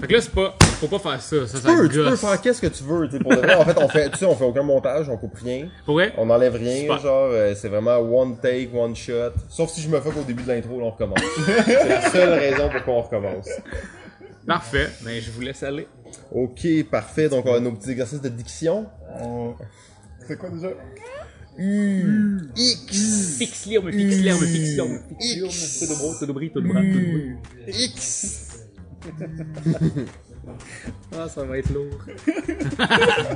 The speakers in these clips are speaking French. Fait que là, c'est pas. Faut pas faire ça. Ça, Tu ça peux, tu peux gosse. faire qu'est-ce que tu veux, tu sais, pour de vrai. En fait, on fait, tu sais, on fait aucun montage, on coupe rien. Pour vrai? On enlève rien, Super. genre, euh, c'est vraiment one take, one shot. Sauf si je me fuck au début de l'intro, là, on recommence. c'est la seule raison pourquoi on recommence. Parfait. Ben, je vous laisse aller. Ok, parfait. Donc, on a nos petits exercices de diction. On- C'est quoi déjà? U, X, Fixe-les, on me fixe-les, Mm. on me fixe-les, on me fixe-les. X, Tout de bras, tout de bris, tout de bras, tout de Mm. bris. X. Ah, ça va être lourd.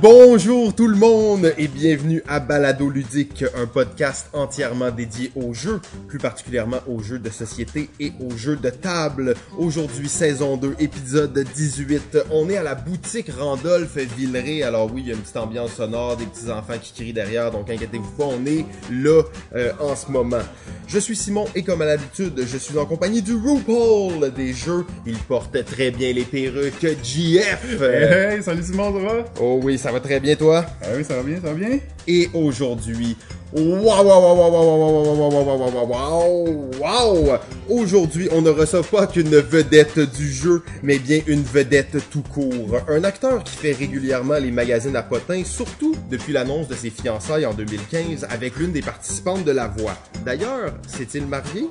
Bonjour tout le monde et bienvenue à Balado Ludique, un podcast entièrement dédié aux jeux, plus particulièrement aux jeux de société et aux jeux de table. Aujourd'hui, saison 2, épisode 18. On est à la boutique Randolph Villeray. Alors oui, il y a une petite ambiance sonore, des petits enfants qui crient derrière, donc inquiétez-vous pas, on est là euh, en ce moment. Je suis Simon et comme à l'habitude, je suis en compagnie du RuPaul des jeux. Il porte très bien les perruques GF. Euh, Hey, hey, salut Simon, ça va? Oh oui, ça va très bien toi Ah oui, ça va bien, ça va bien? et aujourd'hui. Waouh, waouh, waouh, waouh, waouh, waouh, waouh, waouh, waouh, waouh, waouh, waouh, waouh. Aujourd'hui, on ne reçoit pas qu'une vedette du jeu, mais bien une vedette tout court. Un acteur qui fait régulièrement les magazines à potins, surtout depuis l'annonce de ses fiançailles en 2015 avec l'une des participantes de La Voix. D'ailleurs, s'est-il marié?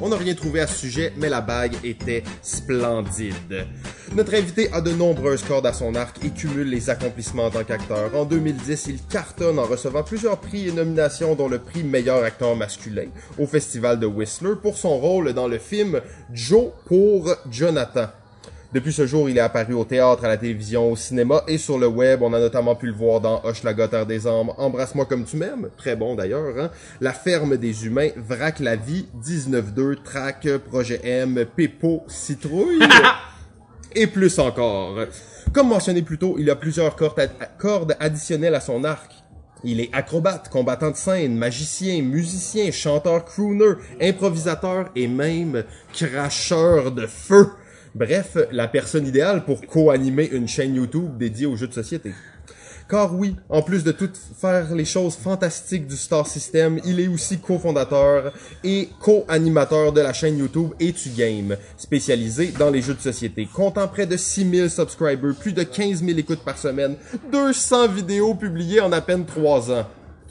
On n'a rien trouvé à ce sujet, mais la bague était splendide. Notre invité a de nombreuses cordes à son arc et cumule les accomplissements en tant qu'acteur. En 2010, il cartonne en recevant plusieurs prix et nominations, dont le prix meilleur acteur masculin au Festival de Whistler pour son rôle dans le film Joe pour Jonathan. Depuis ce jour, il est apparu au théâtre, à la télévision, au cinéma et sur le web. On a notamment pu le voir dans Hoche la Terre des Ambres, Embrasse-moi comme tu m'aimes, très bon d'ailleurs, hein? La Ferme des Humains, Vrac la Vie, 19-2, Trac, Projet M, Pépo, Citrouille et plus encore. Comme mentionné plus tôt, il a plusieurs cordes, ad- cordes additionnelles à son arc. Il est acrobate, combattant de scène, magicien, musicien, chanteur crooner, improvisateur et même cracheur de feu. Bref, la personne idéale pour co-animer une chaîne YouTube dédiée aux jeux de société. Car oui, en plus de tout faire les choses fantastiques du Star System, il est aussi cofondateur et co-animateur de la chaîne YouTube Etu Game, spécialisée dans les jeux de société, comptant près de 6000 subscribers, plus de 15 000 écoutes par semaine, 200 vidéos publiées en à peine 3 ans.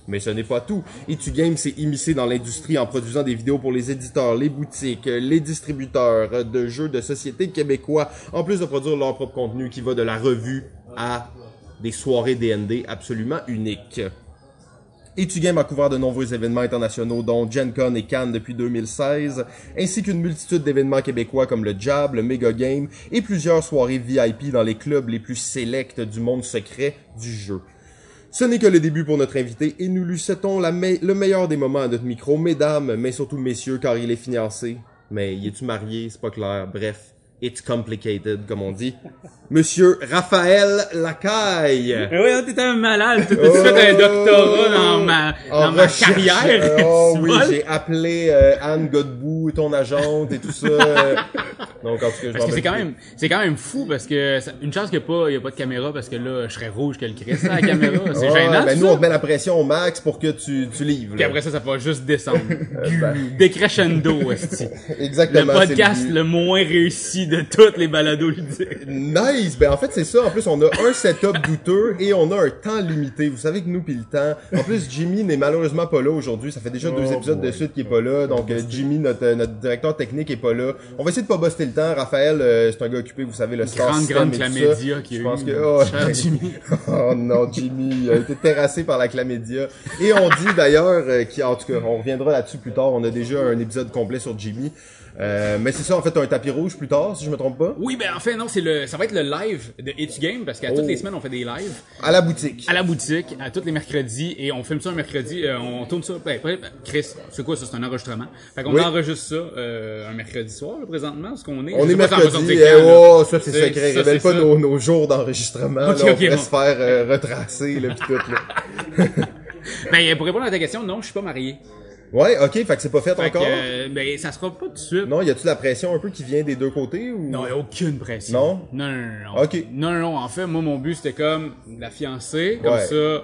Mais ce n'est pas tout. Etu Game s'est immiscé dans l'industrie en produisant des vidéos pour les éditeurs, les boutiques, les distributeurs de jeux de société québécois, en plus de produire leur propre contenu qui va de la revue à des soirées D&D absolument uniques. Etugame a couvert de nombreux événements internationaux, dont Gen Con et Cannes depuis 2016, ainsi qu'une multitude d'événements québécois comme le Jab, le Mega Game et plusieurs soirées VIP dans les clubs les plus sélects du monde secret du jeu. Ce n'est que le début pour notre invité et nous lui souhaitons la me- le meilleur des moments à notre micro, mesdames, mais surtout messieurs, car il est fiancé. Mais y est-tu marié? C'est pas clair. Bref, it's complicated, comme on dit. Monsieur Raphaël Lacaille. Eh oui, oh, t'es un malade. T'as t'as-tu fait un doctorat dans ma, dans ma En Oh, recherche. carrière. Euh, oh Tu oui, vois? j'ai appelé euh, Anne Godbout, ton agente et tout ça. euh. Donc, en tout cas, je m'en Parce que vais c'est quand quitter. même, c'est quand même fou parce que ça- une chance qu'il n'y a pas, il y a pas de caméra parce que là, je serais rouge que le Christ à la caméra. C'est Ouais, gênant. ben tout nous, ça. on te met la pression au max pour que tu, tu livres. Puis là. après ça, ça va juste descendre. Décrescendo, esti. Le Exactement. Euh, ben. c'est podcast but. le moins réussi de toutes les balados ludiques. Nice! Ben en fait c'est ça, en plus on a un setup douteux et on a un temps limité. Vous savez que nous pis le temps. En plus Jimmy n'est malheureusement pas là aujourd'hui, ça fait déjà deux Oh épisodes de boy. suite qu'il est pas là, donc euh, Jimmy, notre, euh, notre directeur technique est pas là. On va essayer de pas buster le temps, Raphaël euh, c'est un gars occupé, vous savez, le star Grande, system grande et tout ça. chlamydia qu'il y a Je pense eu. que... oh, Cher Jimmy. Oh non, Jimmy, il a été terrassé par la chlamydia. Et on dit d'ailleurs, euh, qu'il- en tout cas, on reviendra là-dessus plus tard. On a déjà un épisode complet sur Jimmy. Euh, mais c'est ça, en fait, un tapis rouge plus tard, si je me trompe pas. Oui, ben en fait, non, c'est le, ça va être le live de It's Game parce qu'à Oh. toutes les semaines, on fait des lives À la boutique. à la boutique, à tous les mercredis et on filme ça un mercredi. euh, on tourne ça. Ben, après, ben, Chris, c'est quoi ça? C'est un enregistrement. Fait qu'on Oui. enregistre ça euh, un mercredi soir, là, présentement, ce qu'on est. On Je est sais pas si va mercredi. sortir eh, quand, là. oh, ça c'est C'est- secret. ça, Révèle c'est pas ça. nos, nos jours d'enregistrement. Ok, là, on ok, pourrait bon. se faire euh, retracer là, pis tout. Là. Ben, pour répondre à ta question, non, je suis pas marié. Ouais, ok. Fait que c'est pas fait, Fait que, encore. euh, ben, ça sera pas tout de suite. Non, y a-tu la pression un peu qui vient des deux côtés ou Non, y a aucune pression. Non? Non, non, non. non. Ok. Non, non, non. En fait, moi, mon but, c'était comme la fiancée, comme Ouais. ça.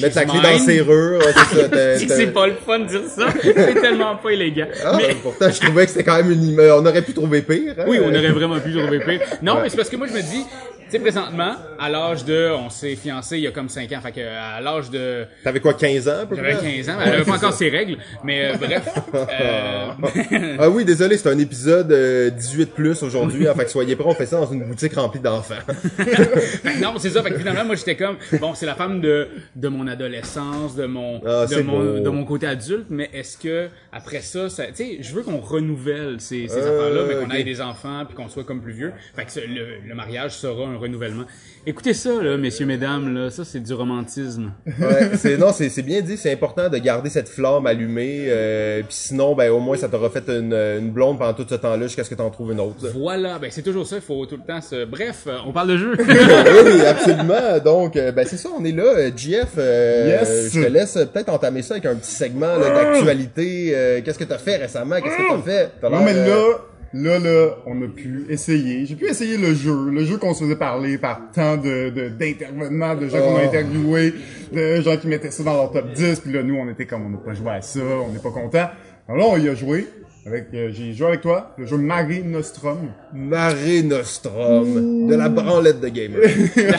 Mettre la clé mine. dans la serrure, ouais, c'est ça. t'as- Si Ben, t'as- c'est pas le fun de dire ça, c'est tellement pas élégant. Ah, Mais- Pourtant, je trouvais que c'était quand même une... ima- On aurait pu trouver pire. hein. Oui, on aurait vraiment pu trouver pire. Non, mais c'est parce que moi, je me dis, tu sais, présentement, à l'âge de, on s'est fiancé il y a comme 5 ans, fait que à l'âge de, T'avais quoi, 15 ans? à peu j'avais près? Ah. 15 ans, elle avait pas encore ses règles, mais euh, bref, euh, Ah oui, désolé, c'est un épisode euh, 18 plus aujourd'hui. hein, fait que soyez prêts, on fait ça dans une boutique remplie d'enfants. Fait que Ben non, c'est ça. Fait que finalement, moi, j'étais comme, bon, c'est la femme de, de mon adolescence, de mon, Ah, de, c'est mon beau. de mon côté adulte, mais est-ce que, après ça, ça tu sais, je veux qu'on renouvelle ces, ces Euh, affaires-là, mais qu'on ok. ait des enfants, puis qu'on soit comme plus vieux. Fait que ce- le, le mariage sera un renouvellement. Écoutez ça, là, messieurs, mesdames, là, ça, c'est du romantisme. Ouais, c'est non, c'est c'est bien dit, c'est important de garder cette flamme allumée euh, puis sinon ben au moins ça t'aura fait une, une blonde pendant tout ce temps-là jusqu'à ce que t'en trouves une autre. Voilà, ben c'est toujours ça, il faut tout le temps se... Bref, euh, on parle de jeu. oui, absolument. Donc euh, ben c'est ça, on est là euh, GF euh, Yes. je te laisse euh, peut-être entamer ça avec un petit segment là, d'actualité, euh, qu'est-ce que t'as fait récemment, qu'est-ce que t'as fait T'as Non, l'air, mais euh, là, là, là, on a pu essayer. J'ai pu essayer le jeu. Le jeu qu'on se faisait parler par tant de, de, d'intervenants, de gens qu'on a Oh. interviewés, de gens qui mettaient ça dans leur top 10. Puis là, nous, on était comme, on n'a pas joué à ça, on n'est pas content. Alors là, on y a joué. Avec, euh, j'ai joué avec toi, le jeu Marie Nostrum. Mare Nostrum de la branlette de gamer.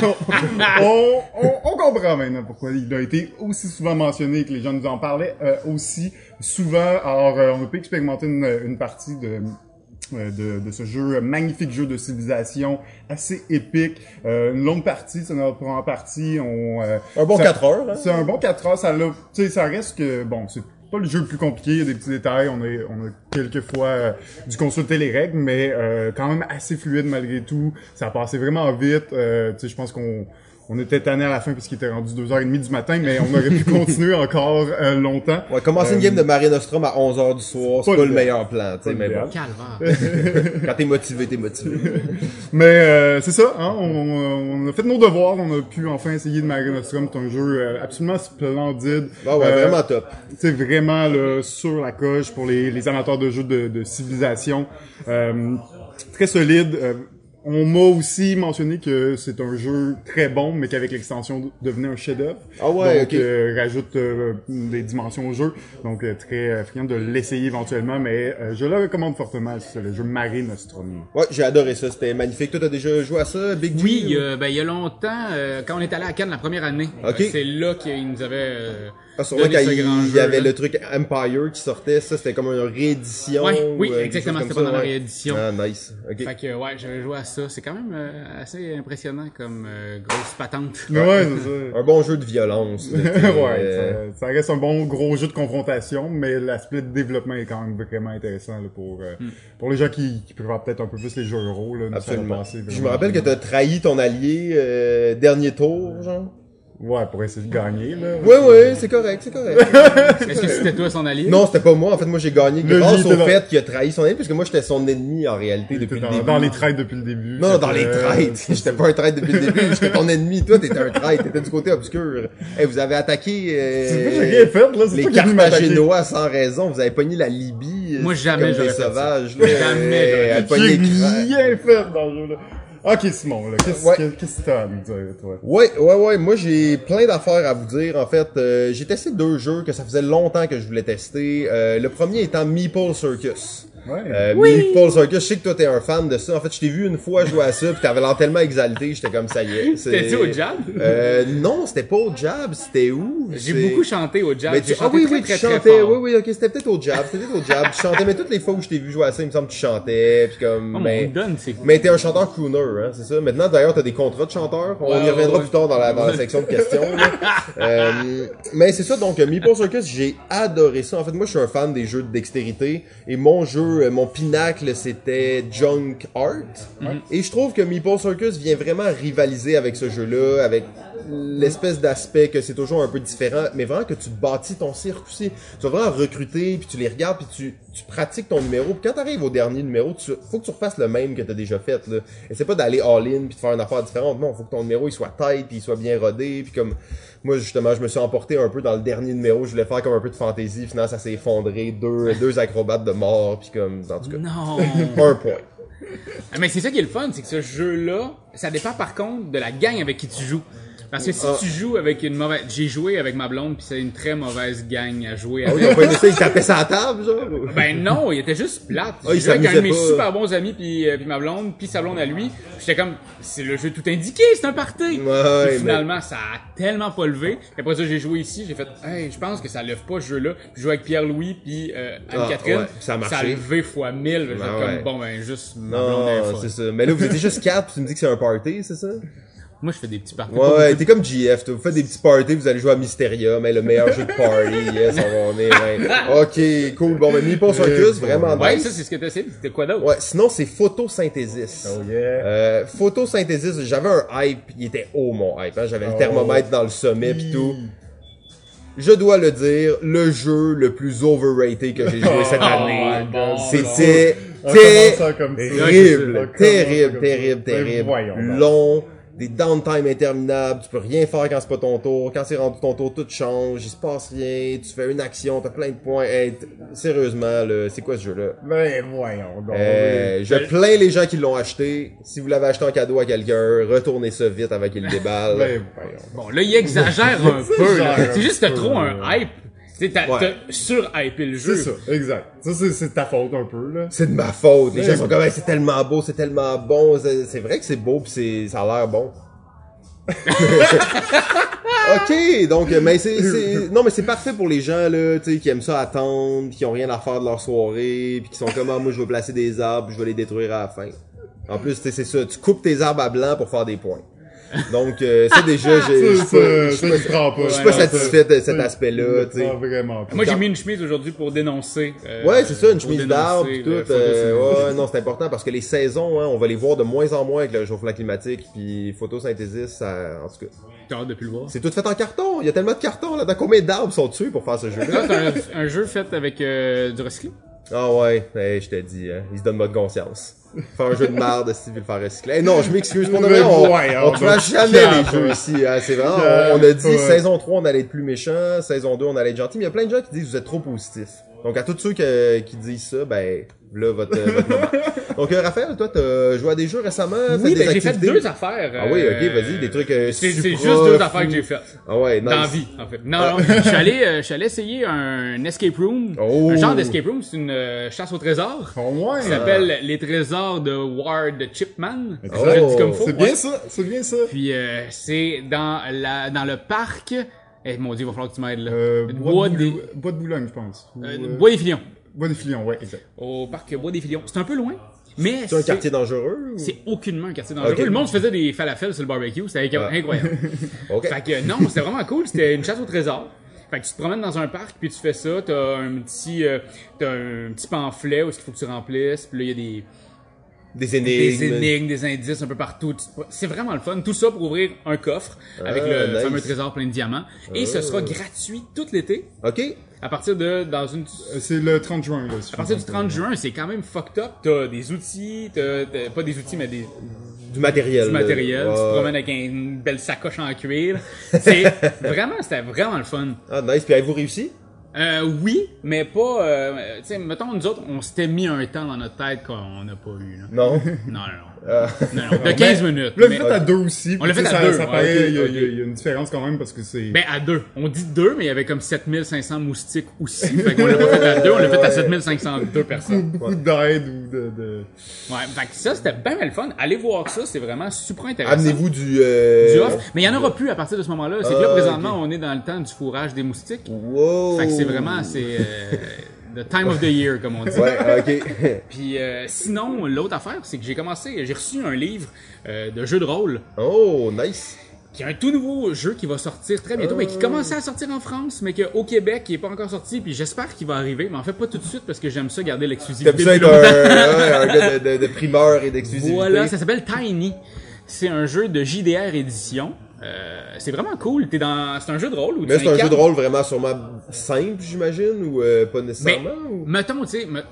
on, on, on comprend maintenant pourquoi il a été aussi souvent mentionné et que les gens nous en parlaient euh, aussi souvent. Alors, euh, on a pu expérimenter une, une partie de, euh, de, de ce jeu, euh, magnifique jeu de civilisation, assez épique. Euh, une longue partie, c'est notre première partie. On, euh, Un bon ça- 4 heures. hein? c'est un bon 4 heures, ça l'a, tu sais, ça reste que, bon, c'est pas le jeu le plus compliqué, il y a des petits détails, on a, on a quelquefois euh, dû consulter les règles, mais euh, quand même assez fluide malgré tout, ça passait vraiment vite, euh, tu sais, je pense qu'on on était tanné à la fin parce qu'il était rendu 2h30 du matin, mais on aurait pu continuer encore euh, longtemps. Ouais, commencer une Euh, game de Mare Nostrum à 11h du soir, c'est pas, le meilleur plan, tu sais, le mais meilleur. bon, Calvaire. quand t'es motivé, t'es motivé. Mais euh, c'est ça, hein, on, on a fait nos devoirs, on a pu enfin essayer de Mare Nostrum, c'est un jeu euh, absolument splendide. Ah ouais, Euh, vraiment top. c'est vraiment là, sur la coche pour les, les amateurs de jeux de, de civilisation. Euh, très solide. Euh, on m'a aussi mentionné que c'est un jeu très bon, mais qu'avec l'extension devenait un chef-d'œuvre. Ah ouais, Donc, ok. euh, rajoute euh, des dimensions au jeu. Donc, euh, très euh, friand de l'essayer éventuellement, mais euh, je le recommande fortement. C'est le jeu Marine Nostrum. Ouais, j'ai adoré ça, c'était magnifique. Toi, t'as déjà joué à ça, Big G? Oui, euh, ben, il y a longtemps, euh, quand on est allé à Cannes la première année, Ok. euh, c'est là qu'ils nous avaient euh, Ah, sûrement donné quand ce il grand il y jeu, avait là. le truc Empire qui sortait, ça, c'était comme une réédition. Ouais, oui, ou, euh, quelque exactement, chose c'était comme pendant la ça, ouais. réédition. Ah, nice. Ok. Fait que ouais, j'avais joué à ça. C'est quand même euh, assez impressionnant comme euh, grosse patente. Ouais, c'est ça. Un bon jeu de violence. là, tu sais, euh, ouais, ça, ça reste un bon gros jeu de confrontation, mais l'aspect de développement est quand même vraiment intéressant là, pour euh, Hmm. pour les gens qui, qui préfèrent peut-être un peu plus les jeux euros. Là, nous, ça va Absolument. passer Je me vraiment rappelle que t'as bien. trahi ton allié euh, dernier tour, genre. Ouais, pour essayer de gagner. Là. Ouais, ouais, c'est correct, c'est correct. Est-ce que c'était toi son allié? Non, c'était pas moi. En fait, moi, j'ai gagné Le grâce jeu au était dans- fait qu'il a trahi son ennemi, parce que moi, j'étais son ennemi en réalité T'étais depuis le dans, début. dans les trades depuis le début. Non, Fait dans que, les euh, traites. J'étais pas un traître depuis le début. J'étais ton ennemi. Toi, t'étais un traître. T'étais du côté obscur. Hey, vous avez attaqué euh, C'est pas j'ai rien fait, là. C'est les toi qui as venu m'attaquer. Carthaginois sans raison. Vous avez pogné la Libye. euh, Moi, jamais comme j'aurais des fait ça. sauvages. Jamais là. j'aurais Euh, fait elle J'ai pognait les cra- rien fait dans le jeu, là. Ok, Simon, là, qu'est-ce Ouais. qu'est- qu'est-ce que t'as à me dire, toi? Ouais, ouais, ouais. Moi, j'ai plein d'affaires à vous dire. En fait, Euh, j'ai testé deux jeux que ça faisait longtemps que je voulais tester. Euh, le premier étant Meeple Circus. Ouais. Euh, Meatball Circus, je sais que toi t'es un fan de ça. En fait, je t'ai vu une fois jouer à ça, pis t'avais l'air tellement exalté, j'étais comme ça y est. c'est- T'étais-tu au jab? Euh, non, c'était pas au jab, c'était où? J'ai C'est- beaucoup chanté au jazz. Mais tu... J'ai Ah chanté oui, très, oui, très, tu très chantais, fort. oui, oui, ok, c'était peut-être au jab, c'était peut-être au jab, tu chantais, mais toutes les fois où je t'ai vu jouer à ça, il me semble que tu chantais, pis comme, Oh, mais on mais... me donne, c'est Mais t'es un chanteur crooner, hein, c'est ça. Maintenant, d'ailleurs, t'as des contrats de chanteur. On Ouais, y reviendra ouais, ouais. plus tard dans la, dans la section de questions. là. Euh, mais c'est ça, donc, euh, Meeple Circus, j'ai adoré ça. En fait, moi, je suis un fan des jeux de dextérité. Et mon jeu, euh, mon pinacle, c'était Junk Art. Et je trouve que Meeple Circus vient vraiment rivaliser avec ce jeu-là, avec l'espèce d'aspect que c'est toujours un peu différent, mais vraiment que tu bâtis ton cirque aussi. Tu vas vraiment recruter, puis tu les regardes, puis tu, tu pratiques ton numéro. Puis quand t'arrives au dernier numéro, tu, faut que tu refasses le même que t'as déjà fait. Là. Essaie pas d'aller all-in, puis de faire une affaire différente. Non, faut que ton numéro il soit tight, puis il soit bien rodé, puis comme... Moi, justement, je me suis emporté un peu dans le dernier numéro. Je voulais faire comme un peu de fantaisie. Finalement, ça s'est effondré. Deux, deux acrobates de mort, puis comme... En tout cas, Non. un point. Mais c'est ça qui est le fun, c'est que ce jeu-là, ça dépend par contre de la gang avec qui tu joues. Parce que si Ah. tu joues avec une mauvaise. J'ai joué avec ma blonde, puis c'est une très mauvaise gang à jouer Ah oui, avec. ils ont pas aimé ça, ils tapaient sa table, genre. Ben non, il était juste plate. Ah, il J'étais avec un de s'amusait mes pas. super bons amis puis, euh, puis ma blonde, puis sa blonde à lui. J'étais comme c'est le jeu tout indiqué, c'est un party. Ouais, Puis mais- finalement ça a tellement pas levé. Puis Après ça j'ai joué ici, j'ai fait hey, je pense que ça lève pas ce jeu là. J'ai joué avec Pierre Louis puis euh, Anne Catherine. Ah, ouais, ça a marché. Ça a levé fois 1000, J'ai fait Ah, comme ouais. bon ben juste ma blonde est Non, folle. c'est ça. Mais là, vous étiez juste quatre, tu me dis que c'est un party, c'est ça? Moi je fais des petits parties. Ouais, ouais, t'es comme GF, toi. Vous faites des petits parties, vous allez jouer à Mysterium, hein, le meilleur jeu de party, yes, on va en est, ouais. Ok, cool. Bon, mais Meeple Circus, vraiment Ouais, nice. ça c'est ce que t'as essayé, puis c'était quoi d'autre Ouais, sinon, c'est photosynthèsis. Oh yeah. Euh, photosynthèsis, j'avais un hype, il était haut mon hype, hein, j'avais le thermomètre dans le sommet pis tout. Je dois le dire, le jeu le plus overrated que j'ai joué cette Oh année. my God. C'était On commence ça comme ça. Ouais, terrible, c'est ça. terrible, Ouais, terrible, terrible. voyons donc. Long, des downtime interminables, tu peux rien faire quand c'est pas ton tour, quand c'est rendu ton tour, tout change, il se passe rien, tu fais une action, t'as plein de points. Hey, t- sérieusement, là, c'est quoi ce jeu-là? Ben voyons donc. Euh, je plains les gens qui l'ont acheté. Si vous l'avez acheté en cadeau à quelqu'un, retournez ça vite avant qu'il le déballe. Ben voyons. Bon, là, il exagère un peu. là. Exagère C'est juste que t'as un trop peu, un hype. Tu sais, t'as Ouais. t'as sur-hypé le jeu. C'est ça, exact. Ça, c'est- c'est de ta faute un peu, là. C'est de ma faute. Les Mais- gens sont comme, Hey, c'est tellement beau, c'est tellement bon. C'est c'est vrai que c'est beau pis c'est, ça a l'air bon. ok, donc, euh, mais c'est, c'est- non, mais c'est parfait pour les gens, là, tu sais, qui aiment ça attendre, pis qui ont rien à faire de leur soirée, pis qui sont comme, ah, moi, je veux placer des arbres, pis je vais les détruire à la fin. En plus, tu sais, c'est ça, tu coupes tes arbres à blanc pour faire des points. Donc, euh, ça, déjà, j'ai- Ça, je suis pas- je suis ça, ça, pas- je prends pas. je suis pas satisfait de cet Ça, aspect-là, je tu sais. prends vraiment pas. Moi, j'ai mis une chemise aujourd'hui pour dénoncer. euh, Ouais, c'est ça, une pour chemise dénoncer d'arbre le pis tout. photosynthèse. Euh, ouais, non, c'est important parce que les saisons, hein, on va les voir de moins en moins avec le réchauffement climatique puis photosynthèse, ça, en tout cas. T'as hâte de plus le voir. C'est tout fait en carton. Il y a tellement de cartons là-dedans. Combien d'arbres sont dessus pour faire ce jeu-là? Là, c'est un, un jeu fait avec euh, du recyclé. Ah ouais, hey, je te dis, hein, ils se donnent bonne conscience. Faire un jeu de merde, si tu veux le faire recycler. Hey, non, je m'excuse pour de vrai, Mais on, voyons on donc. crache jamais les Cap. jeux ici. hein, c'est vraiment, on, Cap, on a dit ouais. saison 3, on allait être plus méchant, saison 2, on allait être gentil, mais il y a plein de gens qui disent vous êtes trop positifs. Donc à tous ceux que- qui disent ça, ben là votre, euh, votre moment. Donc euh, Raphaël, toi t'as joué à des jeux récemment, fait Oui, Ah, des ben, j'ai fait activités. deux affaires. Ah oui, ok, euh, vas-y, des trucs. euh, C'est c'est supra, juste deux fou. affaires que j'ai faites. Ah ouais, nice. Ah. Dans la vie, en fait. Non, non, je suis allé, euh, je suis allé essayer un escape room. Oh. Ah. Un genre d'escape room, c'est une euh, chasse au trésor. Au moins. Ça s'appelle Les Trésors de Ward Chipman. Oh. Je le dis comme faut, C'est ouais. bien ça, c'est bien ça. Puis euh, c'est dans la dans le parc. Eh mon dieu, il va falloir que tu m'aides là. Euh, bois, bois, de des Boulou- bois de Boulogne, je pense. Ou, euh, euh, Bois des Filions. Bois de Filion, ouais, exact. Au parc Bois des Filions. C'est un peu loin, mais C'est un quartier dangereux. ou- c'est aucunement un quartier dangereux. Ok. Le monde se faisait des falafels sur le barbecue, c'était Ah. incroyable. Ok. Fait que non, c'était vraiment cool, c'était une chasse au trésor. Fait que tu te promènes dans un parc, puis tu fais ça, t'as un petit euh, t'as un petit pamphlet où il faut que tu remplisses, puis là il y a des Des énigmes. des énigmes, des indices un peu partout. Tu- C'est vraiment le fun. Tout ça pour ouvrir un coffre avec Ah, le nice. Ah. fameux trésor plein de diamants. Et ce sera gratuit tout l'été Ok. à partir de dans une Euh, C'est le 30 juin, là. à si je partir me du trompe 30 juin, c'est quand même fucked up. T'as des outils, t'as t'as- pas des outils mais des Du matériel. du matériel. là. Tu te Euh, Ouais. promènes avec un- une belle sacoche en cuir. C'est vraiment c'était vraiment le fun. Ah, nice. Puis avez-vous réussi? Euh, oui, mais pas. euh, tu sais, mettons nous autres, on s'était mis un temps dans notre tête qu'on n'a pas eu. Là. Non, Non. non, Euh, non, non, de 15 minutes. pas. Vous mais- l'avez fait à deux aussi. On l'a puis fait ça- à deux, Ça ouais, paraît, il y a- ok, il y a- il y a une différence quand même parce que c'est. Ben, à deux. On dit deux, mais il y avait comme 7500 moustiques aussi. Fait qu'on l'a pas fait à deux, on l'a fait à 7502 personnes. beaucoup d'aide ou de, de... Ouais, fait que ça, c'était bien, bien le fun. Allez voir ça, c'est vraiment super intéressant. Amenez-vous du. Euh... Du off. Mais il n'y en aura plus à partir de ce moment-là. C'est que là, Ah, Oh. présentement, on est dans le temps du fourrage des moustiques. Wow. Fait que c'est vraiment, c'est euh, the time of the year, comme on dit. Ouais, ok. Puis euh, sinon, l'autre affaire, c'est que j'ai commencé, j'ai reçu un livre euh, de jeux de rôle oh, nice. qui est un tout nouveau jeu qui va sortir très bientôt, mais Euh. qui commençait à sortir en France, mais qu'au Québec, il est pas encore sorti, puis j'espère qu'il va arriver, mais en fait pas tout de suite parce que j'aime ça garder T'as l'exclusivité. plus besoin d'un longtemps. ouais, un gars de, de, de primeur et d'exclusivité. Voilà, ça s'appelle Tiny. C'est un jeu de JDR édition. Euh, c'est vraiment cool. T'es dans, c'est un jeu de rôle où Mais tu c'est un jeu de incarnes- rôle vraiment sûrement simple, j'imagine, ou euh, pas nécessairement. ou- Mettons, tu sais, me-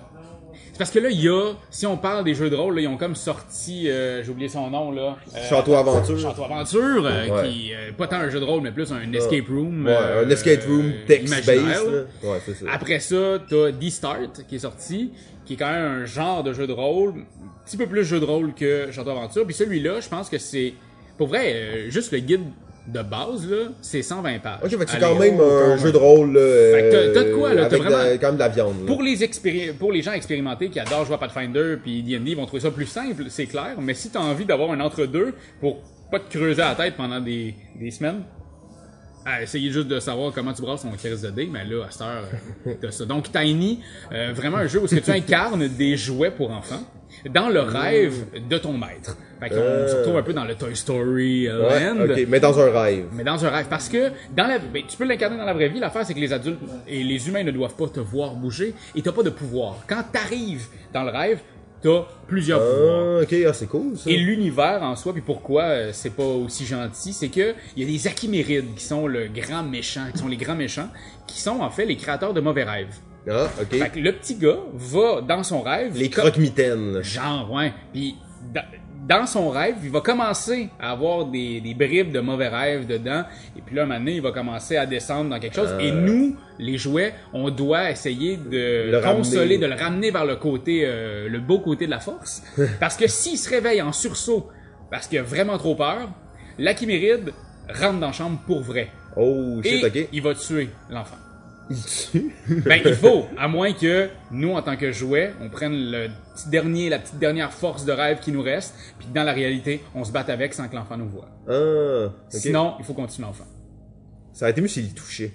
c'est parce que là, il y a, si on parle des jeux de rôle, là, ils ont comme sorti, euh, j'ai oublié son nom là. Euh, Château Aventure. Château Aventure, euh, Ouais. Ah. qui euh, pas tant un jeu de rôle, mais plus un escape room. Ouais, euh, un escape room euh, imaginaire, text-based. là. là. Ouais, c'est ça. Après ça, t'as D-Start qui est sorti, qui est quand même un genre de jeu de rôle, un petit peu plus jeu de rôle que Château Aventure. Puis celui-là, je pense que c'est, pour vrai, euh, juste le guide de base, là, c'est 120 pages. Ok, fait que c'est Allez, quand même oh, un quand même. jeu de rôle. là, Fait que t'as- t'as de euh, quoi, là, t'as avec de- vraiment- quand même de la viande. là. Pour les, expéri- pour les gens expérimentés qui adorent jouer à Pathfinder puis D&D, ils vont trouver ça plus simple, c'est clair. Mais si t'as envie d'avoir un entre-deux pour pas te creuser la tête pendant des, des semaines, à essayer juste de savoir comment tu brasses ton crise de dés, mais là, à cette heure, euh, t'as ça. Donc, Tiny, euh, vraiment un jeu où est-ce que tu incarnes des jouets pour enfants dans le rêve de ton maître. Fait qu'on se retrouve un peu dans le Toy Story euh, Euh. Ouais, Land. ok, mais dans un rêve. Mais dans un rêve. Parce que dans la, ben, tu peux l'incarner dans la vraie vie. L'affaire, c'est que les adultes et les humains ne doivent pas te voir bouger et t'as pas de pouvoir. Quand t'arrives dans le rêve, t'as plusieurs pouvoirs. Ah, ok, ah, c'est cool ça. Et l'univers en soi, puis pourquoi euh, c'est pas aussi gentil, c'est que il y a des Achimérides qui sont le grand méchant, qui sont les grands méchants, qui sont en fait les créateurs de mauvais rêves. Ah, ok. Fait que le petit gars va dans son rêve. Les co- croque-mitaines. là. Genre, ouais. Puis da- dans son rêve, il va commencer à avoir des, des bribes de mauvais rêves dedans. Et puis là, un moment donné, il va commencer à descendre dans quelque chose. Et nous, les jouets, on doit essayer de Euh. Le consoler, ramener. de le ramener vers le côté, euh, le beau côté de la force. Parce que s'il se réveille en sursaut, parce qu'il a vraiment trop peur, l'Achiméride rentre dans la chambre pour vrai. Oh shit, Et ok. il va tuer l'enfant. Il tue. Ben, il faut, à moins que nous, en tant que jouets, on prenne le petit dernier, la petite dernière force de rêve qui nous reste, puis que dans la réalité, on se batte avec sans que l'enfant nous voie. Ah, ok. Sinon, il faut continuer l'enfant. Ça a été mieux s'il le touchait.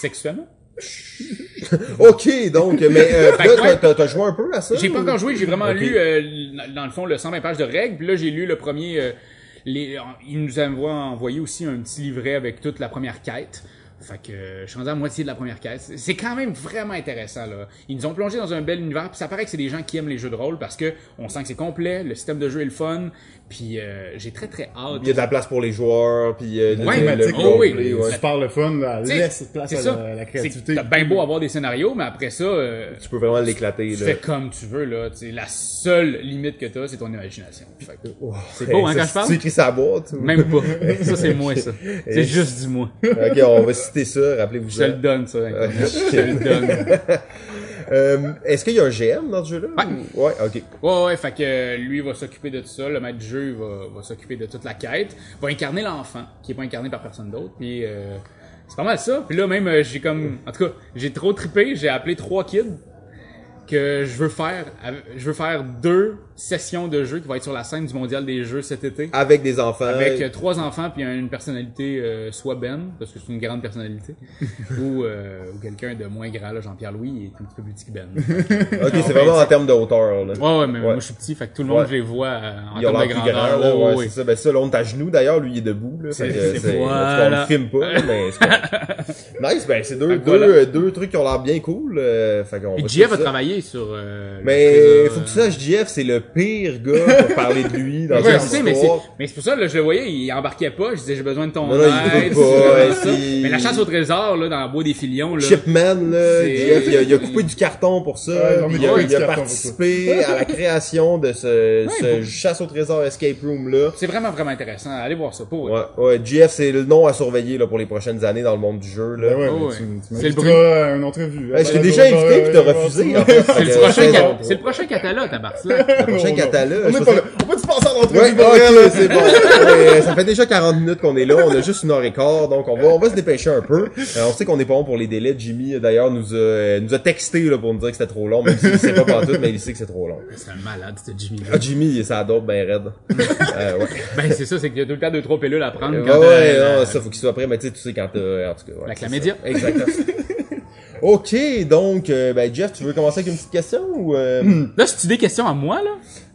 Sexuellement? Ok, donc, mais euh, Fait là, que t'as- ouais. t'as- t'as joué un peu à ça? J'ai pas ou- encore joué, j'ai vraiment Ok. lu, euh, dans le fond, le 120 pages de règles, puis là, j'ai lu le premier, euh, les, il nous envoie envoyé aussi un petit livret avec toute la première quête. Fait que euh, je suis rendu à moitié de la première quête. C'est- C'est quand même vraiment intéressant là. Ils nous ont plongé dans un bel univers. Puis ça paraît que c'est des gens qui aiment les jeux de rôle parce que on sent que c'est complet, le système de jeu est le fun. Puis euh, j'ai très très hâte. Il y a de la place pour les joueurs, puis euh, le- Ouais, le- mais le tu sais, oh oui. gameplay, ouais. Super le fun, là. Tu sais, laisse place c'est à ça. la, la C'est que créativité. T'as bien beau avoir des scénarios, mais après ça, euh, Tu peux vraiment tu l'éclater. là. fais comme tu veux là. T'sais, la seule limite que t'as, c'est ton imagination. Fait que- C'est beau, hein, quand je parle? Tu écris sa boîte. ou- Même pas. Ça, c'est moi, ça. C'est juste du moi. ok, on va citer ça, rappelez-vous Je te ça. le donne, ça. Internet. Je te le donne. Euh, Est-ce qu'il y a un GM dans ce jeu-là? ou- Ouais, ok. Ouais, ouais, fait que euh, lui va s'occuper de tout ça. Le maître du jeu il va, va s'occuper de toute la quête. Va incarner l'enfant, qui est pas incarné par personne d'autre. Puis euh, c'est pas mal ça. Puis là, même, euh, j'ai comme. En tout cas, j'ai trop trippé. J'ai appelé trois kids que je veux faire. avec- Je veux faire deux sessions de jeu qui vont être sur la scène du mondial des jeux cet été. Avec des enfants. Avec euh, trois enfants puis une personnalité euh, soit Ben parce que c'est une grande personnalité ou, euh, ou quelqu'un de moins grand là Jean-Pierre Louis il est un petit peu plus petit que Ben. ouais Ok, c'est vraiment en termes de hauteur. Là. ouais mais Ouais. moi je suis petit fait que tout le monde Ouais. je les vois euh, en Il a termes de l'air plus grand, grandeur. là, ouais, ouais, ouais, ouais. c'est ça. Ben ça, là, on est à genoux, d'ailleurs, lui, il est debout, là. C'est- Fait que c'est- hein, c'est- voilà. en tout cas, on le filme pas, là, mais c'est correct. Nice, ben c'est deux, Fait que deux, voilà. euh, deux trucs qui ont l'air bien cool, euh, fait qu'on Puis Jeff va a suivre ça. travaillé sur. euh, le Mais trésor, faut que tu euh, saches, JF, c'est le pire gars pour parler de lui dans ouais, une je sais, mais c'est, histoire. mais c'est pour ça, là, je le voyais, il embarquait pas, je disais, j'ai besoin de ton Non, non, il aide, veut c'est pas, comme ça. il- Mais la chasse au trésor, là, dans la bois des filions, là. Chipman, là, C'est- JF, il a, il a coupé du carton pour ça. Ouais, non, mais puis il a, ouais, il du a carton participé à la création de ce, ce chasse au trésor escape room là. C'est vraiment, vraiment intéressant. Allez voir ça, pour Ouais, ouais, JF, c'est le nom à surveiller là, pour les prochaines années dans le monde du jeu. Là. Ben ouais, Oh, tu- ouais. tu C'est le m'inviteras bruit. à une entrevue. Ouais, je t'ai déjà invité puis t'as refusé. en fait. C'est le Euh, prochain, saison. cat- c'est le prochain catalogue, ta Le prochain Catala, je On est pense pas que- là. On peut-tu passer à l'entrevue? Ouais, bordel? ok, là, c'est bon. Ouais, ça fait déjà 40 minutes qu'on est là, on a juste une heure et quart, donc on va, on va se dépêcher un peu. Euh, on sait qu'on est pas bon pour les délais. Jimmy, euh, d'ailleurs, nous a, euh, nous a texté là, pour nous dire que c'était trop long, même s'il sait pas partout, mais il sait que c'est trop long. C'est un malade, ce Jimmy. Ah, Jimmy, ça adore ben raide. Euh, ouais, Ben, c'est ça, c'est qu'il y a tout le temps deux, trois pilules à prendre. ouais, quand, ouais, euh, non, ça, faut qu'il soit prêt, mais tu sais, tu sais quand t'as, en tout cas. ouais, La c'est chlamydia. ça. Exactement. Ok, donc, euh, ben Jeff, tu veux commencer avec une petite question ou... euh, Là, c'est-tu des questions à moi, là?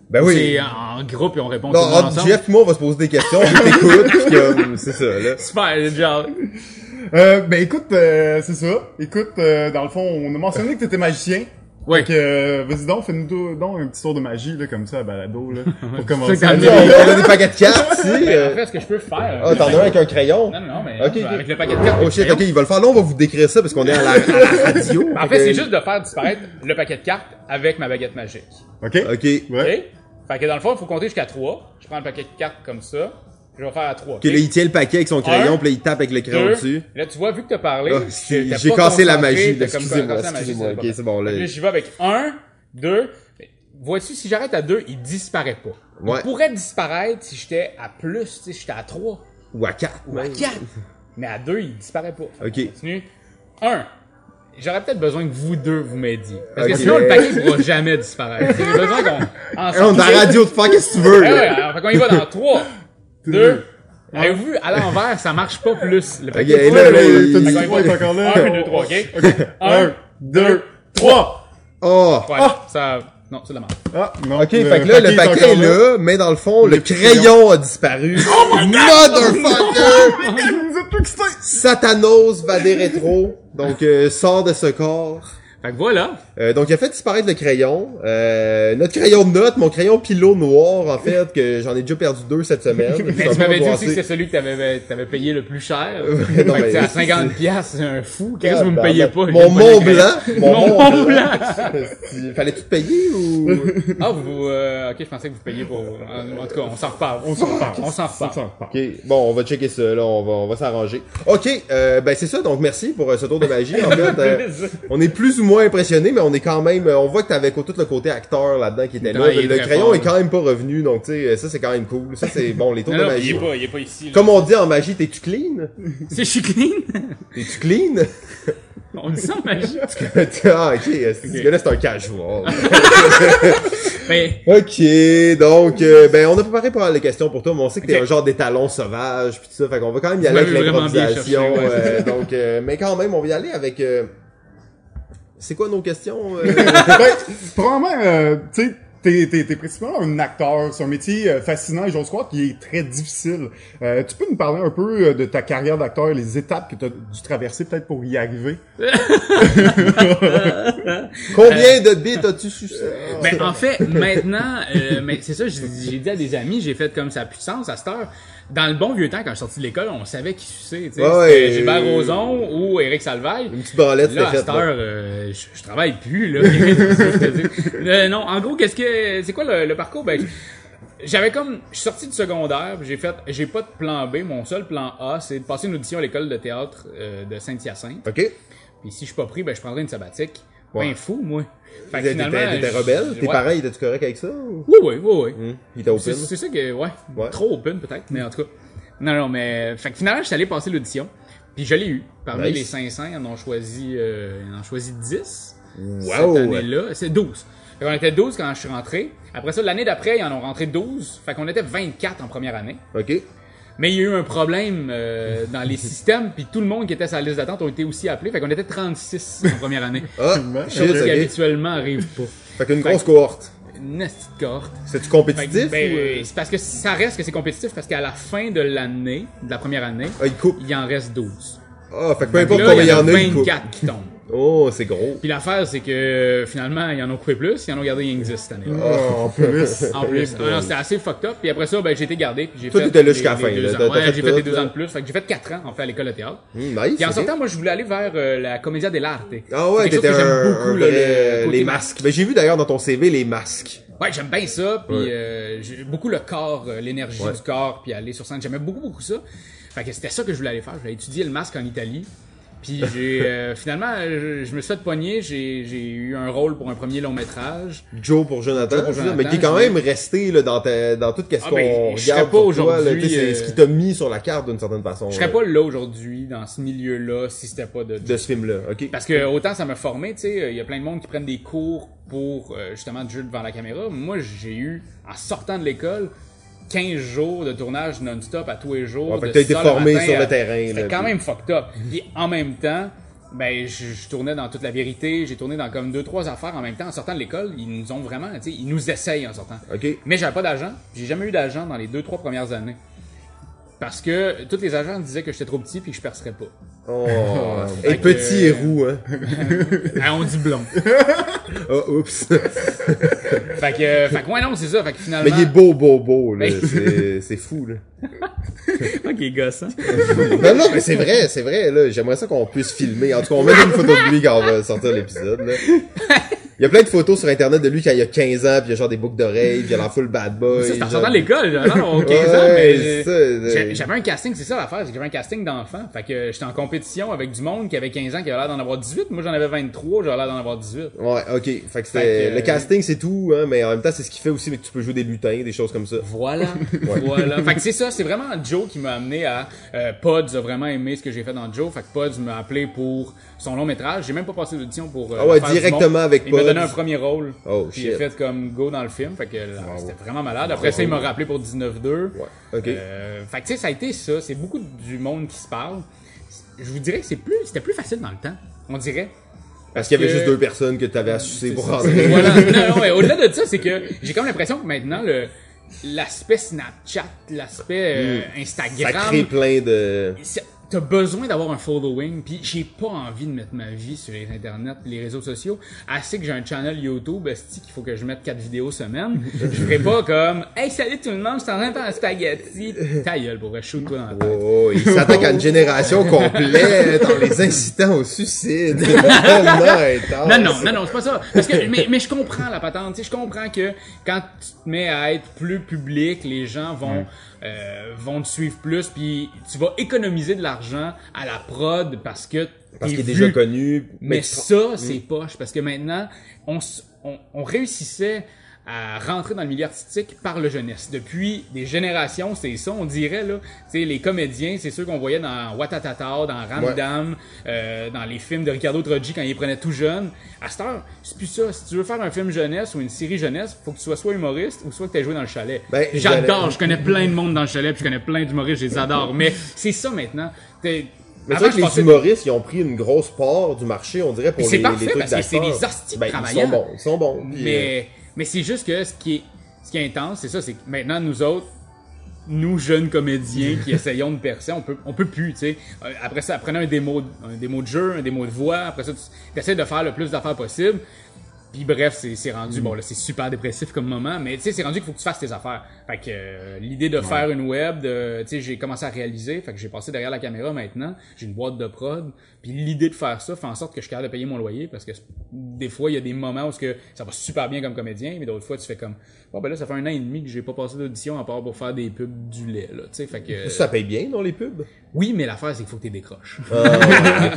Ben oui. C'est en groupe et on répond tout Non, le monde entre ensemble. Jeff et moi, on va se poser des questions, on t'écoute, puis comme, c'est ça, là. Super, genre. Euh, ben écoute, euh, c'est ça. Écoute, euh, dans le fond, on a mentionné que t'étais magicien. Ouais. Fait que, euh, vas-y donc, fais-nous do- donc un petit tour de magie, là, comme ça, à balado, là, pour C'est commencer. ça que On a des paquets de cartes, si. Mais en euh. fait, ce que je peux faire. Ah, t'en as un avec un crayon. Non, non, non, mais Ok, non, ok. avec le paquet de cartes. Oh le shit, crayon. ok, il va le faire. Là, on va vous décrire ça parce qu'on est à la, à la radio. En fait, c'est juste de faire disparaître le paquet de cartes avec ma baguette magique. OK? Ok. OK? Ouais. Fait que dans le fond, il faut compter jusqu'à 3. Je prends le paquet de cartes comme ça. Je vais faire à 3. Ok, là, il tient le paquet avec son crayon, Un, puis là, il tape avec le crayon dessus. Là, tu vois, vu que t'as parlé, Ah, t'es- t'es J'ai pas cassé la concentré, magie. t'as comme Excusez-moi, cassé la magie, excusez-moi. c'est Ok, pas grave. c'est bon, là. Là, j'y vais avec 1, 2. Voici, si j'arrête à 2, il disparaît pas. Ouais. Il pourrait disparaître si j'étais à plus, tu sais, j'étais à 3. Ou à quatre. Ou à même. quatre. Mais à deux, il disparaît pas. Fait Ben, Ok. qu'on Continue. Un. J'aurais peut-être besoin que vous deux vous m'aidiez. Parce que Ok. sinon, le paquet ne pourra jamais disparaître. J'ai besoin qu'on. Hey, on est à la radio, de faire qu'est-ce que tu veux, Eh ouais, là. alors, fait qu'on y va dans 3, 2, avez-vous vu, à l'envers, ça marche pas plus. Le paquet et de là, poils, là, le- il- T'as dit Fait qu'on quoi, y t'es va. encore là? 1, 2, 3, ok? 1, Un, deux, trois! Oh. ouais, Ah! ça, non, c'est de la merde. Ah, non. Ok, fait que là, le paquet est là, mais dans le fond, le, crayon a disparu. Oh Motherfucker! Il nous a tout excité! Satanos va des rétro. Donc, euh, sort de ce corps. Fait que voilà. Euh, donc, il a fait disparaître le crayon. Euh, notre crayon de notes, mon crayon pilot noir, en fait, que j'en ai déjà perdu deux cette semaine. Mais tu m'avais dit aussi que c'est celui que t'avais, euh, t'avais payé le plus cher. fait non, que mais- c'est à 50 piastres, c'est un fou. Qu'est-ce que vous me Ah, payez ben, pas? Mon j'ai pas Mont de crayon. Blanc. Mon Mont Blanc! Il fallait tout payer ou... Ah, vous, euh, ok, je pensais que vous payiez pour, en, en tout cas, on s'en reparle. On s'en repart. On s'en On s'en reparle. repart. Ok, bon, on va checker ça, là, on va, on va s'arranger. Ok, euh, ben c'est ça, donc merci pour euh, ce tour de magie. En fait, euh, on est plus ou moins impressionné, mais on est quand même, euh, on voit que t'avais tout le côté acteur là-dedans qui était là. Ouais, il est le très crayon fort, est là. quand même pas revenu, donc tu sais, euh, ça c'est quand même cool. Ça c'est bon, les tours Non, de non, il magie. est pas, il est pas ici. là. Comme on dit en magie, t'es-tu clean? C'est chicline. T'es-tu clean? On dit ça en magie. ah, ok, euh, ce gars-là c'est un casual. Mais, ok, donc, euh, ben on a préparé pas mal de questions pour toi, mais on sait que t'es Ok. un genre d'étalon sauvage, puis tout ça, fait qu'on va quand même Vous y aller avec m'avez vraiment bien l'improvisation. cherché, ouais. euh, donc, euh, mais quand même, on va y aller avec... euh, c'est quoi nos questions? euh? ben, probablement, euh, tu sais, t'es, t'es, t'es principalement un acteur. C'est un métier euh, fascinant et j'ose croire qui est très difficile. Euh, tu peux nous parler un peu euh, de ta carrière d'acteur et les étapes que tu as dû traverser peut-être pour y arriver? Combien Euh, de bits as-tu sucé? ben, en fait, maintenant, euh, mais c'est ça, j'ai j'ai dit à des amis, j'ai fait comme ça puissance à cette heure. Dans le bon vieux temps, quand je suis sorti de l'école, on savait qui suçait, tu sais. Ouais, C'était euh, Gilbert Roson ou Éric Salvaille. Une petite branlette, Là, à c'était cette fait. là. heure, euh, je, je travaille plus, là. Je te dis. Euh, non, en gros, qu'est-ce que, c'est quoi le, le parcours? Ben, j'avais comme, je suis sorti du secondaire, puis j'ai fait, j'ai pas de plan B, mon seul plan A, c'est de passer une audition à l'école de théâtre euh, de Saint-Hyacinthe. Ok. Puis si je suis pas pris, ben, je prendrai une sabbatique. Ouais. Ben, fou, moi. Fait que T'étais finalement, t'étais je- rebelle? Tes ouais. parents, ils étaient-tu corrects avec ça? ou- Oui, oui, oui, oui. Hmm, Ils étaient open? C'est c'est ça que, ouais, Ouais. trop open peut-être, mais en tout cas. Non, non, mais fait que finalement, je suis allé passer l'audition, puis je l'ai eu. Parmi Nice. les 500, ils en ont choisi, euh, ils en ont choisi 10 Wow! cette année-là. C'est 12. Fait qu'on était 12 quand je suis rentré. Après ça, l'année d'après, ils en ont rentré 12. Fait qu'on était 24 en première année. Ok. Mais il y a eu un problème euh, dans les systèmes, puis tout le monde qui était sur la liste d'attente ont été aussi appelés. Fait qu'on était 36 en première année. Ah, shit, Chose qui ok. habituellement arrive pas. Fait qu'une grosse cohorte. Une petite cohorte. C'est-tu Fait que, compétitif? ben, ou, euh, euh, c'est parce que ça reste que c'est compétitif parce qu'à la fin de l'année, de la première année, Ah, ils coupent. il en reste 12. Ah, fait que peu Fait que Ben, importe là, combien il il y en a, ils coupent. 24 qui tombent. Oh, c'est gros. Puis l'affaire, c'est que euh, finalement, ils en ont coupé plus, ils en ont gardé rien que 10 cette année. Ah, Oh, en plus. En plus, Ah non, c'était assez fucked up. Puis après ça, ben, j'ai été gardé. Puis j'ai euh. Toi, fait t'étais là les- jusqu'à la les fin, deux là. ans. T'as- Ouais, t'as j'ai fait fait les tout, deux là. ans de plus. Fait que j'ai fait 4 ans, en fait, à l'école de théâtre. Hmm, nice. Puis en ok. sortant, moi, je voulais aller vers euh, la comédia dell'arte. Ah ouais, C'est quelque t'étais un, chose que j'aime beaucoup, un là, vrai- le côté les masques. Mais j'ai vu d'ailleurs dans ton CV les masques. Ouais, j'aime bien ça, puis Ouais. euh, j'ai beaucoup le corps, euh, l'énergie Ouais. du corps, puis aller sur scène, j'aimais beaucoup beaucoup ça. Fait que c'était ça que je voulais aller faire, je voulais étudier le masque en Italie. Puis j'ai euh, finalement euh, je, je me suis fait pogner, j'ai j'ai eu un rôle pour un premier long métrage. Joe pour Jonathan, Joe pour c'est ça, Jonathan, mais qui est quand c'est- même resté là, dans, ta- dans tout qu'est-ce Ah, qu'on ben, je serais regarde pas sur toi, là, aujourd'hui, tu sais, c'est euh, ce qui t'a mis sur la carte d'une certaine façon. Je serais là, pas là aujourd'hui dans ce milieu-là si c'était pas de de ce film-là, ok? parce que autant ça m'a formé, tu sais, il y a plein de monde qui prennent des cours pour euh, justement de jeu devant la caméra. Moi, j'ai eu en sortant de l'école 15 jours de tournage non-stop à tous les jours. Ouais, de fait que t'as été 6 heures le formé matin sur le à- terrain, là, C'était quand puis- même fucked up. Puis en même temps, ben je, je tournais dans toute la vérité. J'ai tourné dans comme deux trois affaires en même temps en sortant de l'école. Ils nous ont vraiment, tu sais, ils nous essayent en sortant. Ok. Mais j'avais pas d'agent. J'ai jamais eu d'agent dans les deux trois premières années. Parce que tous les agents disaient que j'étais trop petit puis que je percerais pas. Oh, Fait et que- petit et roux, hein? Ah, on dit blond. Ah, oups. Fait que, euh, fait que, ouais, non, c'est ça. Fait que finalement. mais il est beau, beau, beau, là. Mais- c'est c'est fou, là. Ok, gosse, hein. Ben Non, non, mais c'est vrai, c'est vrai, là. J'aimerais ça qu'on puisse filmer. En tout cas, on met une photo de lui quand on va sortir l'épisode, là. Il y a plein de photos sur internet de lui quand il a 15 ans, puis il y a genre des boucles d'oreilles, puis il a l'air full bad boy. Ça, c'était en genre- sortant de l'école, j'avais 15 ans, Ouais, mais... ça, euh, J'a- J'avais un casting, c'est ça l'affaire, c'est que j'avais un casting d'enfant. Fait que j'étais en compétition avec du monde qui avait 15 ans, qui avait l'air d'en avoir 18. Moi, j'en avais 23, j'avais l'air d'en avoir 18. Ouais, ok. Fait que Fait c'était que, euh, le casting, c'est tout, hein, mais en même temps, c'est ce qui fait aussi mais que tu peux jouer des lutins, des choses comme ça. Voilà, voilà. Fait que c'est ça, c'est vraiment Joe qui m'a amené à euh, Pods a vraiment aimé ce que j'ai fait dans Joe. Fait que Pods m'a appelé pour son long métrage. J'ai même pas passé d'audition pour. euh, Ah ouais, faire du directement monde. avec Il m'a Pods. donné un premier rôle. Oh, puis shit. il a fait comme go dans le film. Fait que là, c'était vraiment malade. Après ça, il m'a rappelé pour 19-2. Ouais. Ok. Euh, fait que tu sais, ça a été ça. C'est beaucoup du monde qui se parle. Je vous dirais que c'est plus, c'était plus facile dans le temps. On dirait. Parce qu'il y avait que- juste deux personnes que t'avais à sucer pour rentrer. voilà. Non, non, mais au-delà de ça, c'est que j'ai comme l'impression que maintenant, le, l'aspect Snapchat, l'aspect euh, Mm. Ça crée Instagram, plein de. c'est- t'as besoin d'avoir un following. Puis j'ai pas envie de mettre ma vie sur les internets, les réseaux sociaux. Assez que j'ai un channel YouTube, esti, qu'il faut que je mette quatre vidéos semaine. je ferai pas comme, hey, salut tout le monde, je suis en train de faire un spaghetti. Ta gueule, pour vrai, shoot-toi dans la tête. Oh, il s'attaque à une génération complète en les incitant au suicide. Tellement intense. Non, non, non, non, c'est pas ça. Parce que, mais, mais je comprends la patente. Tu sais, je comprends que quand tu te mets à être plus public, les gens vont, euh, vont te suivre plus, puis tu vas économiser de l'argent à la prod parce que Parce t'es qu'il est vu. déjà connu. Mais, Mais, Mm. ça, c'est poche parce que maintenant, on, s- on, on réussissait à rentrer dans le milieu artistique par le jeunesse. Depuis des générations, c'est ça, on dirait là. Tu sais, les comédiens, c'est ceux qu'on voyait dans Watatata, dans Ramdam, euh, dans les films de Ricardo Trogi quand il les prenait tout jeune. À cette heure, c'est plus ça. Si tu veux faire un film jeunesse ou une série jeunesse, faut que tu sois soit humoriste ou soit que tu aies joué dans le chalet. Ben, J'adore, j'allais- je connais plein de monde dans le chalet, puis je connais plein d'humoristes, je les adore. mais c'est ça maintenant. T'es- mais c'est Avant, vrai je que les pensais- humoristes, ils ont pris une grosse part du marché, on dirait, pour Mais les, c'est les parfait, trucs parce que c'est d'acteurs. des hosties ben, ils sont travaillants. bons, ils sont bons. Puis, euh, Mais, mais c'est juste que ce qui est, ce qui est intense, c'est ça, c'est que maintenant, nous autres, nous jeunes comédiens qui essayons de percer, on peut, on peut plus, tu sais. Euh, Après ça, apprenez un démo, un démo de jeu, un démo de voix, après ça, tu essaies de faire le plus d'affaires possible. Puis bref, c'est c'est rendu, Mm. bon là, c'est super dépressif comme moment, mais tu sais, c'est rendu qu'il faut que tu fasses tes affaires. Fait que euh, l'idée de faire une web, de, tu sais, j'ai commencé à réaliser, fait que j'ai passé derrière la caméra maintenant, j'ai une boîte de prod, puis l'idée de faire ça fait en sorte que je suis capable de payer mon loyer, parce que c'est- des fois, il y a des moments où ce que ça va super bien comme comédien, mais d'autres fois, tu fais comme, bon ben là, ça fait un an et demi que j'ai pas passé d'audition à part pour faire des pubs du lait, là, tu sais, fait que... euh, Ça paye bien, non, les pubs? Oui, mais l'affaire, c'est qu'il faut que tu décroches. Ah,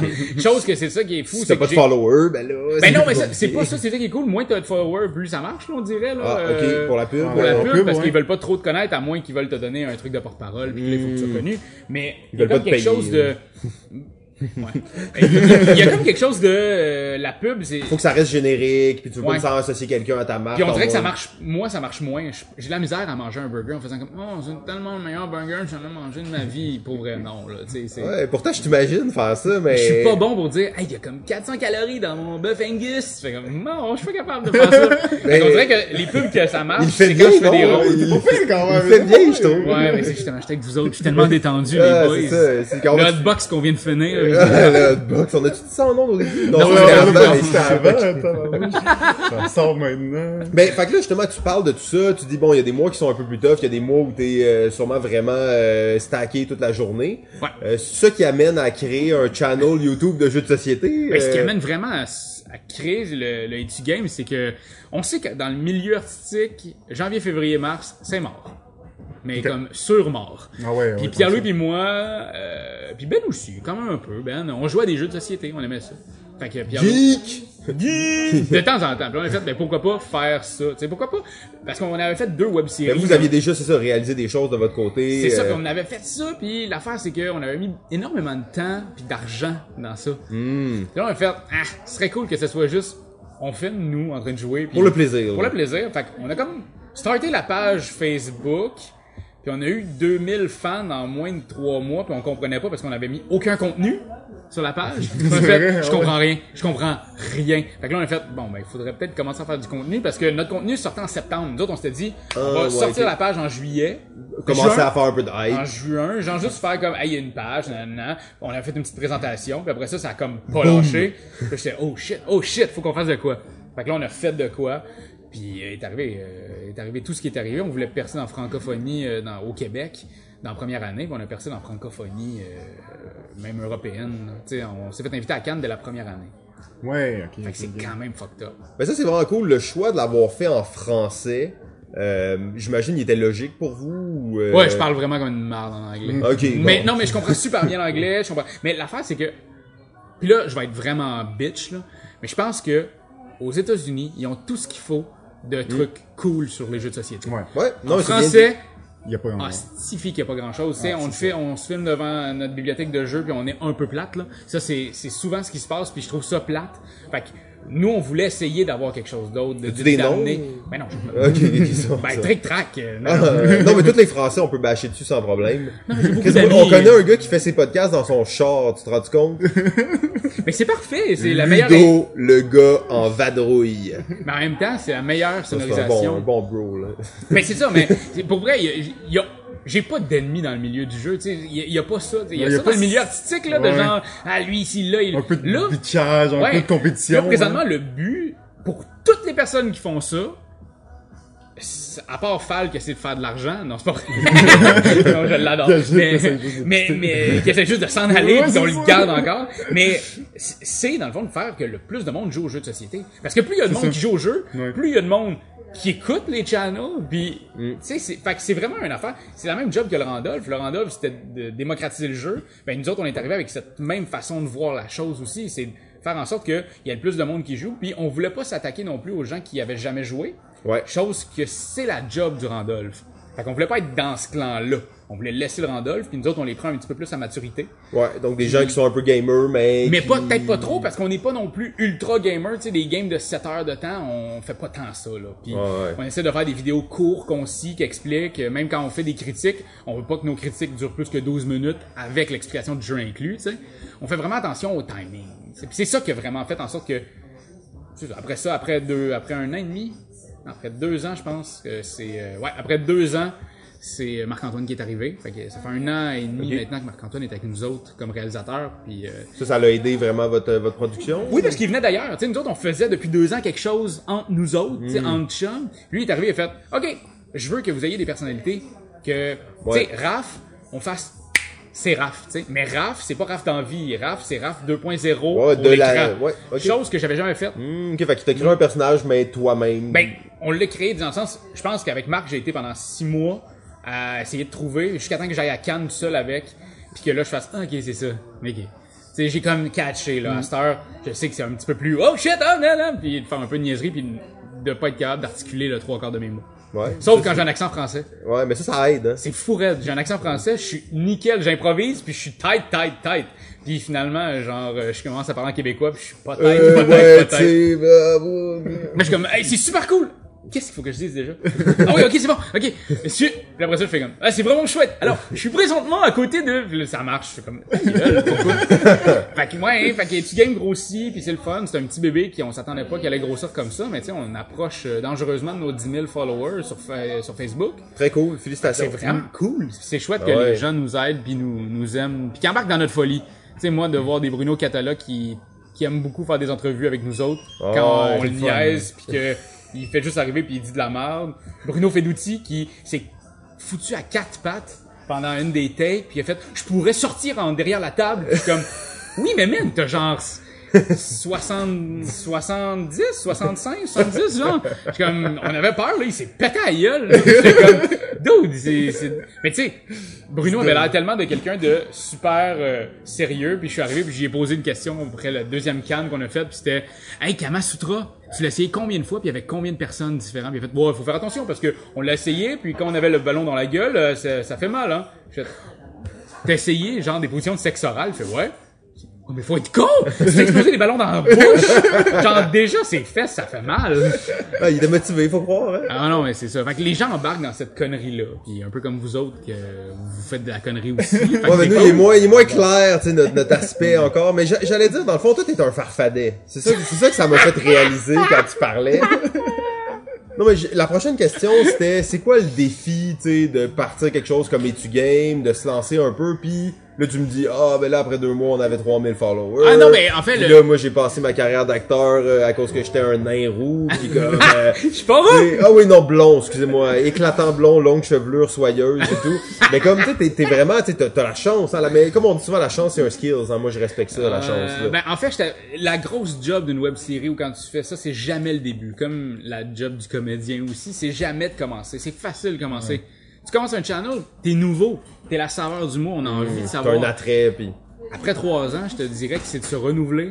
ok. Chose que c'est ça qui est fou, Si c'est t'as que pas de j'ai- followers, ben là... ben non, mais compliqué. ça- c'est pas ça, c'est ça qui est cool. Moins t'as de followers, plus ça marche, là, on dirait. Là, Ah, ok, Euh, pour la pub. ben, Pour la ouais. pub, pub, parce ouais. qu'ils veulent pas trop te connaître, à moins qu'ils veulent te donner un truc de porte-parole, puis là, il faut que tu sois connu. Mais il y a Mm. veulent comme pas te quelque payer, chose de... Ouais. Ben, Il y a comme quelque chose de... euh, la pub, c'est... Faut que ça reste générique, puis tu veux Ouais. pas nécessairement associer quelqu'un à ta marque. Puis on dirait ton que ça nom. marche, moi ça marche moins. Je- J'ai de la misère à manger un burger en faisant comme Oh, c'est tellement le meilleur burger que j'ai jamais mangé de ma vie. Pour vrai, non, là. tu sais, c'est- Ouais, pourtant, je t'imagine faire ça, mais... Je suis pas bon pour dire, hey, il y a comme 400 calories dans mon bœuf Angus. Fait comme, non, je suis pas capable de faire ça. Fait qu'on dirait que les pubs que ça marche, Il c'est fait quand je bien, fais des non? rôles. Il est pire quand Il même. fait bien, je trouve. Ouais, mais c'est justement, j'étais avec vous autres, je suis tellement détendu, Ah, les boys. c'est ça, c'est quand Le même... hotbox qu'on vient de finir. là. Le hotbox, on a-tu dit ça en nom au début? Non, Ouais, c'était ouais, avant, ouais, mais c'était c'était avant. avant, tabarnouche. Ça sort maintenant. Ben, fait que là, justement, tu parles de tout ça, tu dis, bon, il y a des mois qui sont un peu plus tough, il y a des mois où t'es euh, sûrement vraiment euh, stacké toute la journée. Ouais. Euh, ce qui amène à créer un channel YouTube de jeux de société. Mais Ben, ce qui euh, amène vraiment à, s- à créer le, le Etu Game, c'est que on sait que dans le milieu artistique, janvier, février, mars, c'est mort. Mais comme sur mort. Ah ouais, ouais, Puis comme Pierre-Louis ça. puis moi, euh, puis Ben aussi, quand même un peu, Ben, on jouait à des jeux de société, on aimait ça. Fait que Pierre-Louis- Geek! de temps en temps. Puis on a fait, ben pourquoi pas faire ça? Tu sais, pourquoi pas? Parce qu'on avait fait deux web-séries. Ben, vous aviez déjà, c'est ça, réalisé des choses de votre côté. C'est ça, euh, puis on avait fait ça, puis l'affaire, c'est qu'on avait mis énormément de temps puis d'argent dans ça. hmm. Puis là, on a fait, ah, ce serait cool que ce soit juste, on filme, nous, en train de jouer. puis- Pour le plaisir. Pour là. le plaisir. Fait qu'on a comme starté la page Facebook, puis on a eu 2000 fans en moins de trois mois, puis on comprenait pas parce qu'on avait mis aucun contenu sur la page. On a fait, je comprends rien, je comprends rien. Fait que là, on a fait, bon, ben, il faudrait peut-être commencer à faire du contenu parce que notre contenu sortait en septembre. Nous autres, on s'était dit, on va Ah, ouais, sortir ok. la page en juillet. Commencer Juin à faire un peu de hype. en juin, genre juste faire comme hey, il y a une page, nan, nan, nan. on a fait une petite présentation, puis après ça, ça a comme pas lâché. Puis j'étais oh shit, oh shit, faut qu'on fasse de quoi. Fait que là, on a fait de quoi. Puis euh, est arrivé, euh, est arrivé tout ce qui est arrivé. On voulait percer dans francophonie euh, dans, au Québec dans la première année, puis on a percé dans francophonie euh, même européenne. Tu sais, on s'est fait inviter à Cannes dès la première année. Ouais, ok. Fait que c'est ok, ok. quand même fucked up. Mais Ben, ça, c'est vraiment cool. Le choix de l'avoir fait en français, euh, j'imagine, il était logique pour vous. ou, euh, Ouais, je parle vraiment comme une merde en anglais. Ok. Mais bon. non, mais je comprends super bien l'anglais. Je comprends. Mais l'affaire, c'est que. Puis là, je vais être vraiment bitch, là. Mais je pense que aux États-Unis, ils ont tout ce qu'il faut de trucs cool sur les jeux de société. Ouais. Ouais, non, en mais c'est bien Ah, français, Il y a pas grand ah, chose. stifie qu'il n'y a pas grand-chose. c'est on, le fait, on se filme devant notre bibliothèque de jeux, puis on est un peu plate. Là. Ça, c'est c'est souvent ce qui se passe, puis je trouve ça plate. Fait que nous, on voulait essayer d'avoir quelque chose d'autre. de As-tu des noms? d'amener- Ben non. dit. Ok, ils sont- Ben, ça. trick-track. euh, non, Ah, non. euh, non, mais tous les Français, on peut bâcher dessus sans problème. j'ai beaucoup Qu'est-ce qu'on- d'amis, on connaît euh. un gars qui fait ses podcasts dans son char, tu te rends compte? Mais c'est parfait, c'est la meilleure... Ludo, le gars en vadrouille. Mais en même temps, c'est la meilleure Ça, C'est un sonorisation. bon, un bon bro, là. Mais c'est ça, mais c'est- pour vrai, il y a- il y a- j'ai pas d'ennemis dans le milieu du jeu, tu sais, il y a- il y, a pas ça, tu sais, il y a, Il y a ça pas dans le milieu ça. artistique là, de Ouais. genre ah lui ici là, il Un peu de là, bitchage, un ouais. peu de compétition. Là, présentement le but pour toutes les personnes qui font ça c'est- à part Fal qui essaie de faire de l'argent, non c'est pas vrai. non, je l'adore. Il y a juste- Mais, il essaie juste de mais, quitter. mais qui essaie juste de s'en aller Ouais, puis c'est on le ça. garde encore. Mais c'est c'est, dans le fond de faire que le plus de monde joue aux jeux de société. Parce que plus il y a de monde ça. qui joue aux jeux, Ouais. Mm. plus il y a de monde qui écoute les channels, puis tu sais, c'est, fait que c'est vraiment une affaire. C'est la même job que le Randolph. Le Randolph, c'était de démocratiser le jeu. Ben nous autres, on est arrivé avec cette même façon de voir la chose aussi. C'est de faire en sorte qu'il y ait le plus de monde qui joue. Puis on voulait pas s'attaquer non plus aux gens qui avaient jamais joué. Ouais. Chose que c'est la job du Randolph. Fait qu'on voulait pas être dans ce clan-là. On voulait laisser le Randolph, puis nous autres, on les prend un petit peu plus à maturité. Ouais, donc des gens qui sont un peu gamers, mais... Mais qui- pas, peut-être pas trop, parce qu'on n'est pas non plus ultra gamer, tu sais, des games de 7 heures de temps, on fait pas tant ça, là. Puis Ouais, ouais. on essaie de faire des vidéos courtes, concis, qui expliquent, euh, même quand on fait des critiques, on veut pas que nos critiques durent plus que 12 minutes avec l'explication du jeu inclus, tu sais. On fait vraiment attention au timing. tu sais. Puis c'est ça qui a vraiment fait en sorte que, tu sais, après ça, après deux, après un an et demi, non, après deux ans, je pense, que c'est, euh, ouais, après deux ans, c'est euh, Marc-Antoine qui est arrivé. Fait que ça fait un an et demi Ok. maintenant que Marc-Antoine est avec nous autres comme réalisateur, puis euh, Ça, ça l'a aidé vraiment votre, euh, votre production? oui, parce qu'il venait d'ailleurs. Tu sais, nous autres, on faisait depuis deux ans quelque chose entre nous autres, tu sais, Hmm. entre chums. Lui, il est arrivé et fait OK, je veux que vous ayez des personnalités. Que, Ouais. tu sais, Raph, on fasse. C'est Raph, tu sais. Mais Raph, c'est pas Raph d'envie. Raph, c'est Raph 2.0. Ouais, pour de la- l'écran. ouais, ok. Chose que j'avais jamais faite. Hmm, ok, fait qu'il t'a créé un personnage, mais toi-même. Ben, on l'a créé dans le sens, je pense qu'avec Marc, j'ai été pendant six mois à essayer de trouver, jusqu'à temps que j'aille à Cannes tout seul avec, puis que là, je fasse, ah, ok, c'est ça, ok. Tu sais, j'ai comme catché, Mm. là, à cette heure, je sais que c'est un petit peu plus, oh shit, ah, non, non, puis de faire un peu de niaiserie, puis de pas être capable d'articuler le trois quarts de mes mots. Ouais. Sauf quand j'ai un accent français. Ouais, mais ça, ça aide, hein. C'est fou raide. J'ai un accent français, je suis nickel, j'improvise, puis je suis tight, tight, tight. Puis finalement, genre, euh, je commence à parler en québécois, puis je suis pas tight, Euh, pas tight, ouais, pas tu tight. sais, bah, bah, bah. Moi, je suis comme, hey, c'est super cool! Qu'est-ce qu'il faut que je dise déjà? Ah oui, ok, c'est bon, ok. Monsieur, puis après ça, je fais comme, ah, c'est vraiment chouette. Alors, je suis présentement à côté de, Puis là, ça marche, je fais comme, Ah, il est là, trop cool. Fait que, ouais, hein, fait que tu game grossi, puis c'est le fun. C'est un petit bébé qui, on s'attendait pas qu'il allait grossir comme ça, mais tu sais, on approche euh, dangereusement de nos 10 000 followers sur, fa- sur Facebook. Très cool, Ah, C'est félicitations. vraiment cool. C'est chouette que Ah Ouais. les gens nous aident puis nous, nous aiment puis qui embarquent dans notre folie. Tu sais, moi, de voir des Bruno Catala qui, qui aiment beaucoup faire des entrevues avec nous autres Ah, quand ouais, on c'est le le fun. niaise puis que il fait juste arriver puis il dit de la merde. Bruno Fedouti qui s'est foutu à quatre pattes pendant une des takes puis il a fait je pourrais sortir en derrière la table. Je suis comme oui mais man, t'as genre 60, 70, 65, 70, genre. Je suis comme, on avait peur, là, il s'est pété à la gueule, là. J'étais comme, dude, c'est, c'est- Mais tu sais, Bruno avait l'air tellement de quelqu'un de super euh, sérieux, puis je suis arrivé, puis j'ai posé une question après la deuxième canne qu'on a faite, puis c'était, hey, Kamasutra, tu l'as essayé combien de fois, puis avec combien de personnes différentes? Puis il a fait, bon, faut faire attention, parce que on l'a essayé, puis quand on avait le ballon dans la gueule, euh, ça, ça fait mal, hein. J'ai fait, T'as essayé, genre, des positions de sexe oral? Je fais, ouais. Oh, mais faut être con! Tu fais exploser des ballons dans la bouche! Genre, déjà, ses fesses, ça fait mal! Ah, il était motivé, faut croire, hein. Ah non, mais c'est ça. Fait que les gens embarquent dans cette connerie-là. Puis un peu comme vous autres, que vous faites de la connerie aussi. Fait que Ouais, c'est mais nous, cool. il est moins, il est moins clair, tu sais, notre, notre aspect encore. Mais j'a- j'allais dire, dans le fond, toi, t'es un farfadet. C'est ça, que- c'est ça que ça m'a fait réaliser quand tu parlais. Non, mais j'ai- la prochaine question, c'était, c'est quoi le défi, tu sais, de partir quelque chose comme Es-tu Game, de se lancer un peu, puis Là, tu me dis, ah, ben là, après deux mois, on avait 3000 followers. Ah non, mais en fait, Puis le- là, moi, j'ai passé ma carrière d'acteur euh, à cause que j'étais un nain roux, puis comme... euh, Je suis pas roux! t'sais, Ah oui, non, blond, excusez-moi. Éclatant blond, longue chevelure, soyeuse et tout. Mais comme, tu sais, t'es- t'es vraiment, tu sais, t'as- t'as la chance. Hein, la- mais comme on dit souvent, la chance, c'est un skills. Hein, moi, je respecte ça, la chance. Euh, là. ben, en fait, j'étais- la grosse job d'une web série ou quand tu fais ça, c'est jamais le début. Comme la job du comédien aussi, c'est jamais de commencer. C'est facile de commencer. Tu commences un channel, t'es nouveau, t'es la saveur du mot, on a envie de T'as savoir. un attrait, puis... Après trois ans, je te dirais que c'est de se renouveler,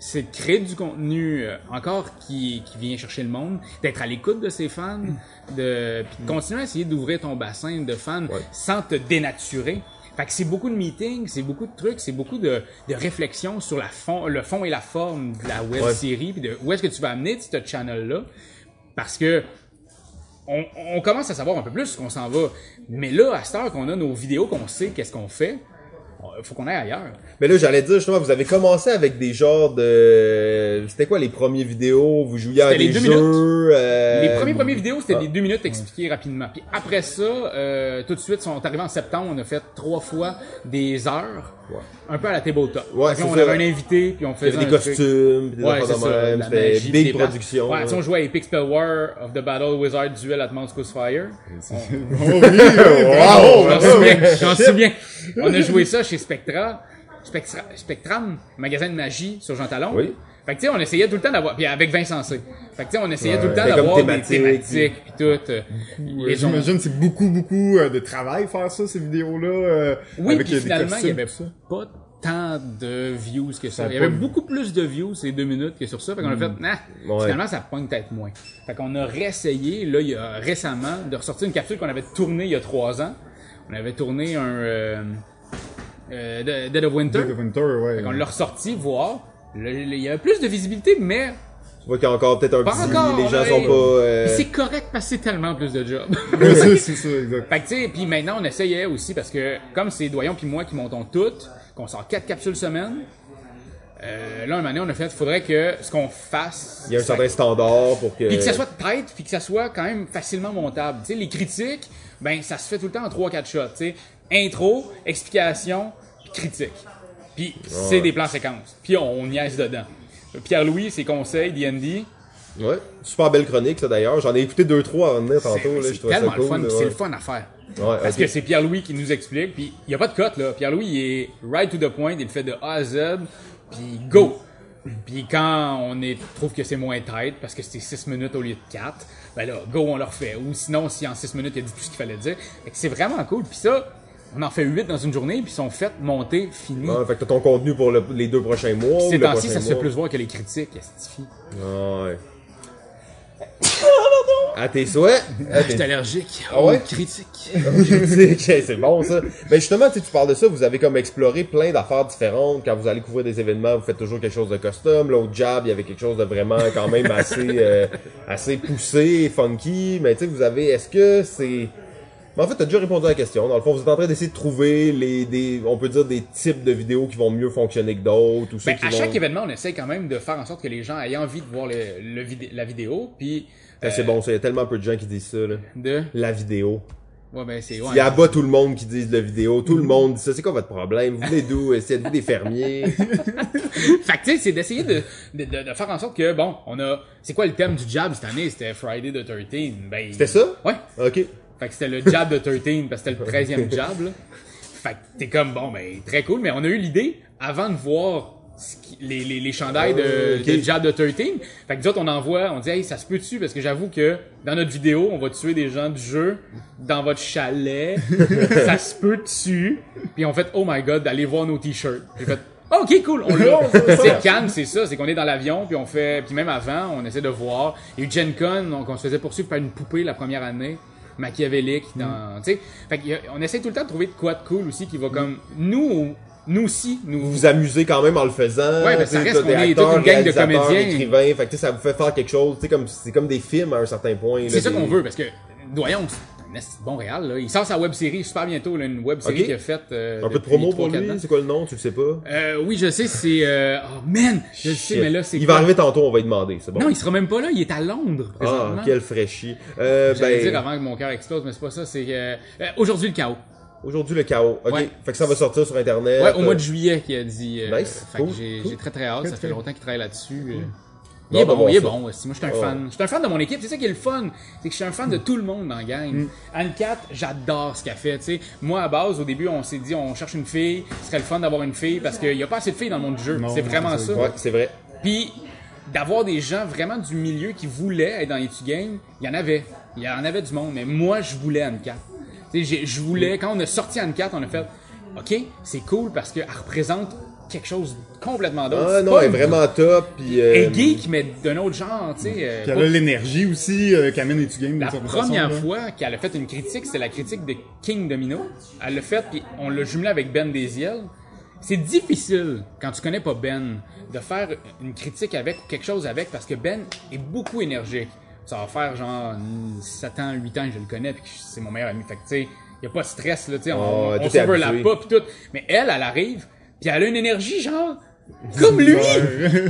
c'est de créer du contenu euh, encore qui, qui vient chercher le monde, d'être à l'écoute de ses fans, de, puis de continuer à essayer d'ouvrir ton bassin de fans sans te dénaturer. Fait que c'est beaucoup de meetings, c'est beaucoup de trucs, c'est beaucoup de, de réflexions sur la fond, le fond et la forme de la web Ouais. série, puis de où est-ce que tu vas amener ce channel-là. Parce que on, on commence à savoir un peu plus ce qu'on s'en va. Mais là, à cette heure qu'on a nos vidéos, qu'on sait qu'est-ce qu'on fait, on- faut qu'on aille ailleurs. Mais là, j'allais dire, justement, vous avez commencé avec des genres de... C'était quoi les premiers vidéos? Vous jouiez à C'était des les deux jeux? euh, Les premiers premiers vidéos, c'était ah. des deux minutes expliquées rapidement. Puis après ça, euh, tout de suite, sont arrivés en septembre, on a fait trois fois des heures, Ouais. un peu à la tabletop. Ouais, Puis c'est on ça. avait un invité, puis on Il y faisait avait des un truc. costumes, pis des Ouais, affaires c'est de ça. même, la c'était magie, big des battes. production. Ouais, là. tu sais, on jouait à Epic Spell War of the Battle Wizard Duel at Mount Fire. Oh, oui, oui, bravo! J'en Oh, ouais, souviens, j'en souviens. On a joué ça chez Spectra, Spectra- Spectram, magasin de magie sur Jean Talon. Oui. Fait que tu sais, on essayait tout le temps d'avoir, puis avec Vincent C. Fait que tu sais, on essayait Ouais, tout le temps mais comme d'avoir des thématique, thématiques puis tout. euh, Ouais, et on- J'imagine que c'est beaucoup, beaucoup euh, de travail faire ça, ces vidéos-là. euh, Oui, avec, puis euh, des finalement, il y costumes, avait tout ça. pas tant de views que ça. Ça a Il y avait pas- beaucoup plus de views ces deux minutes que sur ça. Fait qu'on a fait, nah, Hmm. Ouais. finalement, ça pogne peut-être moins. Fait qu'on a réessayé, là, il y a récemment, de ressortir une capsule qu'on avait tournée il y a trois ans. On avait tourné un, euh, euh, Dead- Dead of Winter. Dead of Winter, ouais. On l'a ressorti, voir. Le- le- Il y avait plus de visibilité, mais Tu vois qu'il y a encore peut-être un Pas petit... encore, les gens ouais. sont pas... euh, c'est correct parce que c'est tellement plus de jobs. Ouais, c'est c'est ça, exact. Fait que, tu sais, puis maintenant, on essayait aussi parce que, comme c'est Doyon puis moi qui montons toutes, qu'on sort quatre capsules semaine, euh, là, un moment donné, on a fait, faudrait que ce qu'on fasse. Il y a un certain standard pour que... Puis que ça soit de tête, puis que ça soit quand même facilement montable. Tu sais, les critiques, ben, ça se fait tout le temps en 3-4 shots. Tu sais, intro, explication, puis critique. Puis c'est des plans séquences. Puis on, on niaise dedans. Pierre-Louis, ses conseils, D&D, Ouais. Super belle chronique, ça, d'ailleurs. J'en ai écouté deux, trois avant de venir c'est tantôt, là. c'est Je trouvais ça tellement cool. le fun, ouais. puis c'est le fun à faire. Ouais, Parce ok. que c'est Pierre-Louis qui nous explique, puis il n'y a pas de cote, là. Pierre-Louis, il est right to the point, il le fait de A à Z, puis go! Puis quand on est, trouve que c'est moins tight, parce que c'était 6 minutes au lieu de 4, ben là, go, on le refait. Ou sinon, si en 6 minutes, il a dit tout ce qu'il fallait dire. Fait que c'est vraiment cool. Puis ça, on en fait 8 dans une journée, puis ils sont faites, montées, finies. Ouais, fait que t'as ton contenu pour le- les deux prochains mois. Puis ou ces le temps-ci, prochain ça se fait mois. plus voir que les critiques, estifi. Ah, ouais. À tes souhaits. À Je tes suis allergique Ah ouais? aux critiques. critiques. c'est bon, ça. Mais justement, tu sais, tu parles de ça, vous avez comme exploré plein d'affaires différentes. Quand vous allez couvrir des événements, vous faites toujours quelque chose de custom. Là, au jab, il y avait quelque chose de vraiment quand même assez, euh, assez poussé, funky. Mais tu sais, vous avez, est-ce que c'est... Mais en fait, t'as déjà répondu à la question. Dans le fond, vous êtes en train d'essayer de trouver les, des, on peut dire des types de vidéos qui vont mieux fonctionner que d'autres, ou ceux Ben, qui à vont... chaque événement, on essaie quand même de faire en sorte que les gens aient envie de voir le, le vidé- la vidéo, puis euh, Ça, C'est bon, ça. Il y a tellement peu de gens qui disent ça, là. de... La vidéo. Ouais, ben c'est... Il Ouais, y a bas tout le monde qui disent la vidéo. Tout le monde dit ça. C'est quoi votre problème? Vous venez d'où? Êtes-vous des fermiers? Fait que, tu sais, c'est d'essayer de, de, de, de faire en sorte que, bon, on a. C'est quoi le thème du jab cette année? C'était Friday the 13. Ben, C'était ça? Ouais. OK. Fait que c'était le jab de 13 parce que c'était le 13e jab, là. Fait que t'es comme, bon, ben, très cool, mais on a eu l'idée avant de voir ce qui- les, les, les chandails de, Ah, ok. de jab de 13. Fait que nous autres, on envoie, on dit, hey, ça se peut-tu? Parce que j'avoue que dans notre vidéo, on va tuer des gens du jeu dans votre chalet. ça se peut-tu? Puis on fait, oh my god, d'aller voir nos t-shirts. J'ai fait, Ah, ok, cool, on l'a. c'est calme, c'est ça, c'est qu'on est dans l'avion, puis on fait, puis même avant, on essaie de voir. Il y a eu Gen Con, donc on se faisait poursuivre par une poupée la première année machiavélique Mm. dans tu sais fait qu'il y a- on essaie tout le temps de trouver de quoi de cool aussi qui va comme nous nous aussi nous Mm. Vous vous amusez quand même en le faisant. Ouais, ben, ça T'sais, reste t'as qu'on des est toute une gang de réalisateurs, comédiens. écrivains. Fait que, tu sais, ça vous fait faire quelque chose. Tu sais, comme, c'est comme des films à un certain point. là, c'est ça des- qu'on veut parce que doyon c'est un esti de bon réal là. il sort sa web série super bientôt là, une web série Ok. qu'il a faite euh, Un peu de depuis promo trois, pour quatre lui. ans. C'est quoi le nom? Tu le sais pas? Euh, oui je sais c'est euh, oh man je le sais Shit. mais là c'est Il quoi? va arriver tantôt, on va lui demander. C'est bon. non il sera même pas là il est à Londres ah, présentement quel fraîchi. Euh, J'allais ben. dire avant que mon cœur explose, mais c'est pas ça, c'est euh, euh, aujourd'hui le chaos. Aujourd'hui, le chaos. OK. Ouais. Fait que ça va sortir sur Internet. Ouais, au mois de juillet qu'il a dit. euh, Euh, Nice, fait que cool, j'ai cool. j'ai très très hâte. Ça Très, fait très. longtemps qu'il travaille là-dessus. euh. Bon, Il est on va bon, voir il est ça. bon. aussi. Moi, je suis un Oh. fan. Je suis un fan de mon équipe. C'est ça qui est le fun. C'est que je suis un fan de tout le monde dans la gang. Mm. Anne Cat, j'adore ce qu'elle fait. tu sais. Moi, à base, au début, on s'est dit, on cherche une fille. Ce serait le fun d'avoir une fille parce qu'il n'y a pas assez de filles dans le monde du jeu. Non, C'est vraiment c'est ça. Ouais, c'est vrai. Puis d'avoir des gens vraiment du milieu qui voulaient être dans les two games, il y en avait. Il y en avait du monde, mais moi je voulais Anne 4. je voulais quand on a sorti Anne 4, on a fait OK, c'est cool parce qu'elle représente quelque chose de complètement d'autre. Ah C'est non, pas elle est une- vraiment top. Puis, euh, elle est geek mais d'un autre genre, tu sais. euh, Puis pas- elle a l'énergie aussi, euh, qu'amène et tu game. la première fois qu'elle a fait une critique, c'est la critique de King Domino. Elle l'a faite, puis on l'a jumelé avec Ben Desiel. C'est difficile, quand tu connais pas Ben, de faire une critique avec ou quelque chose avec, parce que Ben est beaucoup énergique. Ça va faire genre 7 ans, 8 ans que je le connais, puis que c'est mon meilleur ami. Fait que tu sais, y a pas de stress, là, tu sais, on, Oh, on tout est s'overlappe habitué. pas, puis tout. Mais elle, elle arrive, puis elle a une énergie genre... Comme lui!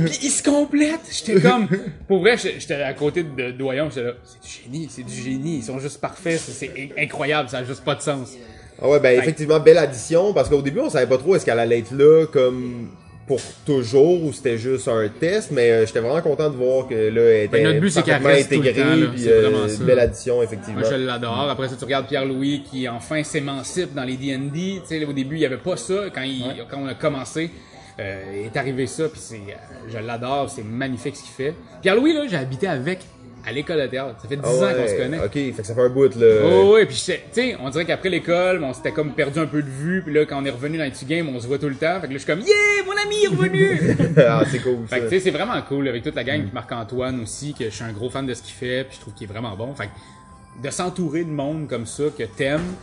Puis il se complète! J'étais comme. Pour vrai, j'étais j'étais à côté de Doyon, j'étais là. C'est du génie, c'est du génie, ils sont juste parfaits, c'est- c'est in- incroyable, ça a juste pas de sens. Ah ouais, ben effectivement, belle addition, parce qu'au début, on savait pas trop est-ce qu'elle allait être là comme pour toujours ou c'était juste un test, mais euh, j'étais vraiment content de voir que là, elle était Ben, notre but, c'est qu'elle parfaitement reste tout le temps, là. puis, C'est euh, vraiment ça. belle addition, effectivement. Moi, je l'adore. Après ça, tu regardes Pierre-Louis qui enfin s'émancipe dans les DD. Tu sais, au début, il y avait pas ça. Quand, il, quand on a commencé, euh, est arrivé ça, puis c'est, euh, je l'adore, c'est magnifique ce qu'il fait. Pierre-Louis, là, j'ai habité avec à l'école de théâtre. Ça fait 10 Ah ans qu'on se ouais, connaît. Ok, fait que ça fait un bout, là. Oh ouais, puis c'est- tu sais, on dirait qu'après l'école, on s'était comme perdu un peu de vue, puis là quand on est revenu dans les games, on se voit tout le temps. Fait que là je suis comme yeah, mon ami est revenu. ah, c'est cool, ça. fait que tu sais, c'est vraiment cool avec toute la gang, puis Marc Antoine aussi que je suis un gros fan de ce qu'il fait, puis je trouve qu'il est vraiment bon. Fait que de s'entourer de monde comme ça que t'aimes,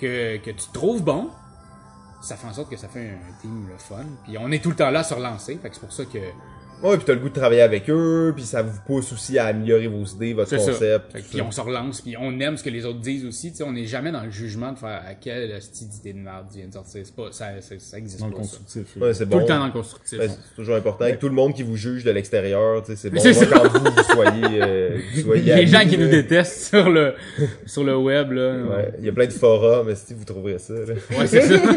que que tu trouves bon, ça fait en sorte que ça fait un team le fun. Puis on est tout le temps là sur lancer, fait que c'est pour ça que Ouais, puis t'as le goût de travailler avec eux, puis ça vous pousse aussi à améliorer vos idées, votre C'est ça. concept. Fait que, tout Puis ça. on se relance, puis on aime ce que les autres disent aussi. Tu sais, on n'est jamais dans le jugement de faire à quelle style d'idée de merde vient de sortir. C'est pas, ça, ça, ça existe Dans le pas. ça. constructif. Ouais, c'est Tout bon. le temps dans le constructif. Ouais, c'est toujours important. Avec tout le monde qui vous juge de l'extérieur, tu sais, c'est bon. C'est ça. Moi, quand vous, vous soyez, euh, vous soyez les gens amis, qui nous là. détestent sur le, sur le web, là. Ouais, il y a plein de forums, mais si vous trouverez ça, là. Ouais, c'est ça.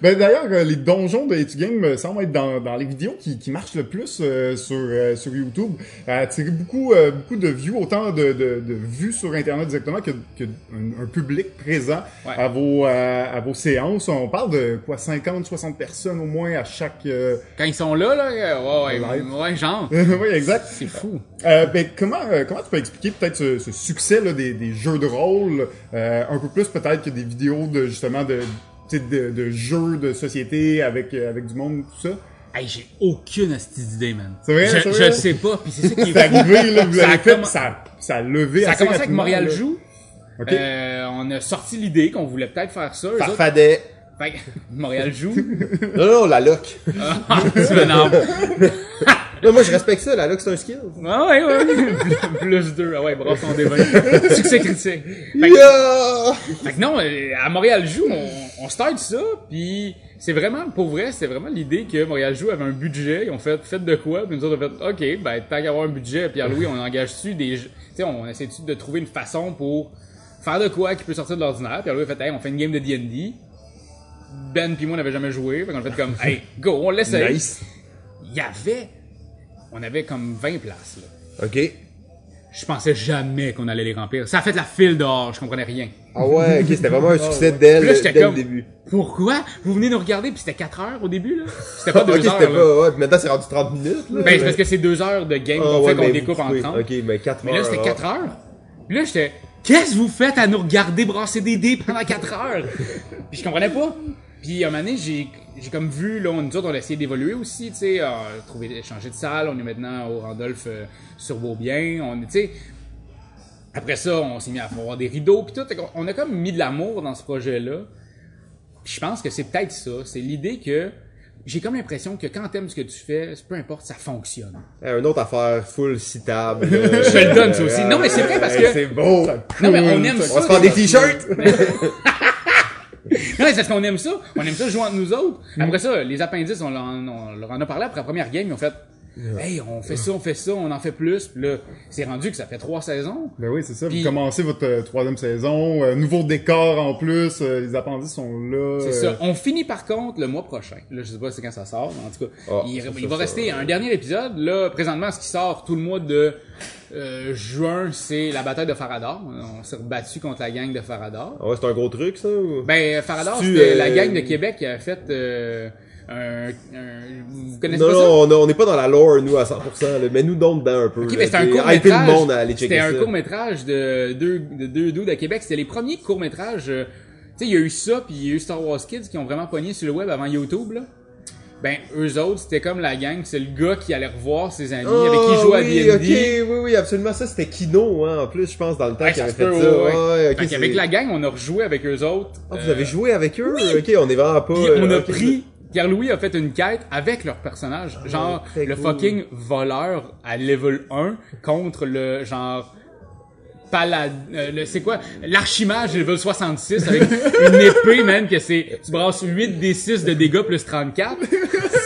Ben d'ailleurs, euh, les donjons de Etu Game euh, semblent être dans, dans les vidéos qui, qui marchent le plus euh, sur, euh, sur YouTube. À attirer beaucoup, euh, beaucoup de views, autant de, de, de vues sur Internet directement que, que un, un public présent Ouais. à, vos, euh, à vos séances. On parle de quoi, 50, 60 personnes au moins à chaque... euh, Quand ils sont là, là, euh, ouais, ouais, Live. ouais, genre. oui, exact. C'est fou. Euh, ben, comment, euh, comment tu peux expliquer peut-être ce, ce succès là, des, des jeux de rôle, euh, un peu plus peut-être que des vidéos de justement de, tu sais, de, de jeux de société avec, euh, avec du monde, tout ça? Hey, j'ai aucune astuce d'idée, man. C'est vrai, je, c'est je vrai? le sais pas, puis c'est ça qui est C'est fou. arrivé, là, vous Ça a l'avez fait, comm- puis ça, ça a levé Ça a assez commencé avec rapidement, Montréal là. Joue. OK. Euh, on a sorti l'idée qu'on voulait peut-être faire ça. eux autres. Farfadet. Fait que- Montréal Joue. Non, non, la loc. Ah, tu veux non. Non, moi, je respecte ça, la loc, c'est un skill. Ah ouais, ouais. Plus- Plus deux. Ah ouais, bref, on dévain. Succès critique. Fait que, Yeah! fait que non, euh, à Montréal Joue, on, on start ça, puis c'est vraiment, pour vrai, c'est vraiment l'idée que Montréal Joue avait un budget, ils ont fait, faites de quoi, puis nous autres, on a fait, ok, ben, tant qu'à avoir un budget, Pierre-Louis, on engage-tu des, tu sais, on essaie-tu de trouver une façon pour faire de quoi qui peut sortir de l'ordinaire, Pierre-Louis a fait, hey, on fait une game de D&D, Ben puis moi, on n'avait jamais joué, fait qu'on a fait comme, hey, go, on l'essaye. Nice. Il y avait, on avait comme 20 places, là. Ok. Je pensais jamais qu'on allait les remplir. Ça a fait la file dehors, je comprenais rien. Ah ouais, ok, c'était vraiment un succès Puis là, dès, le, j'étais dès le comme, début. Pourquoi? Vous venez nous regarder, puis c'était 4 heures au début, là? C'était pas Ok, 2 c'était heures, pas, là. ouais, puis maintenant c'est rendu 30 minutes, là. Ben, c'est parce que c'est 2 heures de game Ah qu'on ouais, fait qu'on mais découpe vous en pouvez- 30. Ok, mais 4 Mais là, c'était heures, ah. 4 heures. Puis là, j'étais, qu'est-ce que vous faites à nous regarder brasser des dés pendant 4 heures? puis je comprenais pas. Puis à un moment donné, j'ai, j'ai comme vu, là, on, nous autres, on a essayé d'évoluer aussi, tu sais, euh, trouver, changer de salle. On est maintenant au Randolph euh, sur Beaubien. On est, tu sais, après ça, on s'est mis à avoir des rideaux puis tout. Fait qu'on- On a comme mis de l'amour dans ce projet-là. Puis je pense que c'est peut-être ça. C'est l'idée que j'ai comme l'impression que quand t'aimes ce que tu fais, peu importe, ça fonctionne. Euh, Une autre affaire full citable. euh, Je te le donne, ça aussi. euh, Non, mais c'est vrai parce hey, que- C'est beau. Non, mais on aime On va ça. se faire des t-shirts. Non, mais c'est parce qu'on aime ça. On aime ça jouer entre nous autres. Après ça, les appendices, on, leur en- on leur en a parlé après la première game. Ils ont fait, Hey, on fait ça, on fait ça, on en fait plus. Puis là, c'est rendu que ça fait trois saisons. Ben oui, c'est ça. Puis- Vous commencez votre euh, troisième saison, euh, nouveau décor en plus, euh, les appendices sont là. C'est euh, ça. On finit par contre le mois prochain. Là, je sais pas c'est quand ça sort, mais en tout cas, Ah, il, ça, il ça, va ça. rester un dernier épisode. Là, présentement, ce qui sort tout le mois de euh, juin, c'est la bataille de Faradar. On s'est rebattu contre la gang de Faradar. Ah ouais, c'est un gros truc, ça? ou- Ben, Faradar, C'est-tu, c'était euh, la gang de Québec qui a fait euh, un, un- Vous connaissez non, pas ça? non, on a- on n'est pas dans la lore, nous, à 100%, là, mais nous, non, dedans un peu. Ok, là, mais c'était un t'sais, court hyper métrage. le monde à aller C'était checker un ça. court métrage de deux de deux dudes à Québec. C'était les premiers courts métrages. euh, tu sais, il y a eu ça, puis il y a eu Star Wars Kids qui ont vraiment pogné sur le web avant YouTube. Là. Ben eux autres, c'était comme la gang. C'est le gars qui allait revoir ses amis avec qui il Ah, jouait oui, à ok, D&D. oui, oui, absolument. Ça, c'était Kino, hein, en plus, je pense, dans le temps Ouais, qu'il ça avait se peut, fait ça. ouais, ouais. Ouais, Fait ok, c'est- qu'avec la gang, on a rejoué avec eux autres. Ah, vous euh, avez joué avec eux? Ok, on est vraiment pas... Puis euh, on a ok. pris. Pierre-Louis a fait une quête avec leur personnage. genre, Ah, très le cool. fucking voleur à level 1 contre le genre. Palad, euh, le- c'est quoi? L'archimage level 66 avec une épée, man, que c'est, tu brasses 8 des 6 de dégâts plus 34.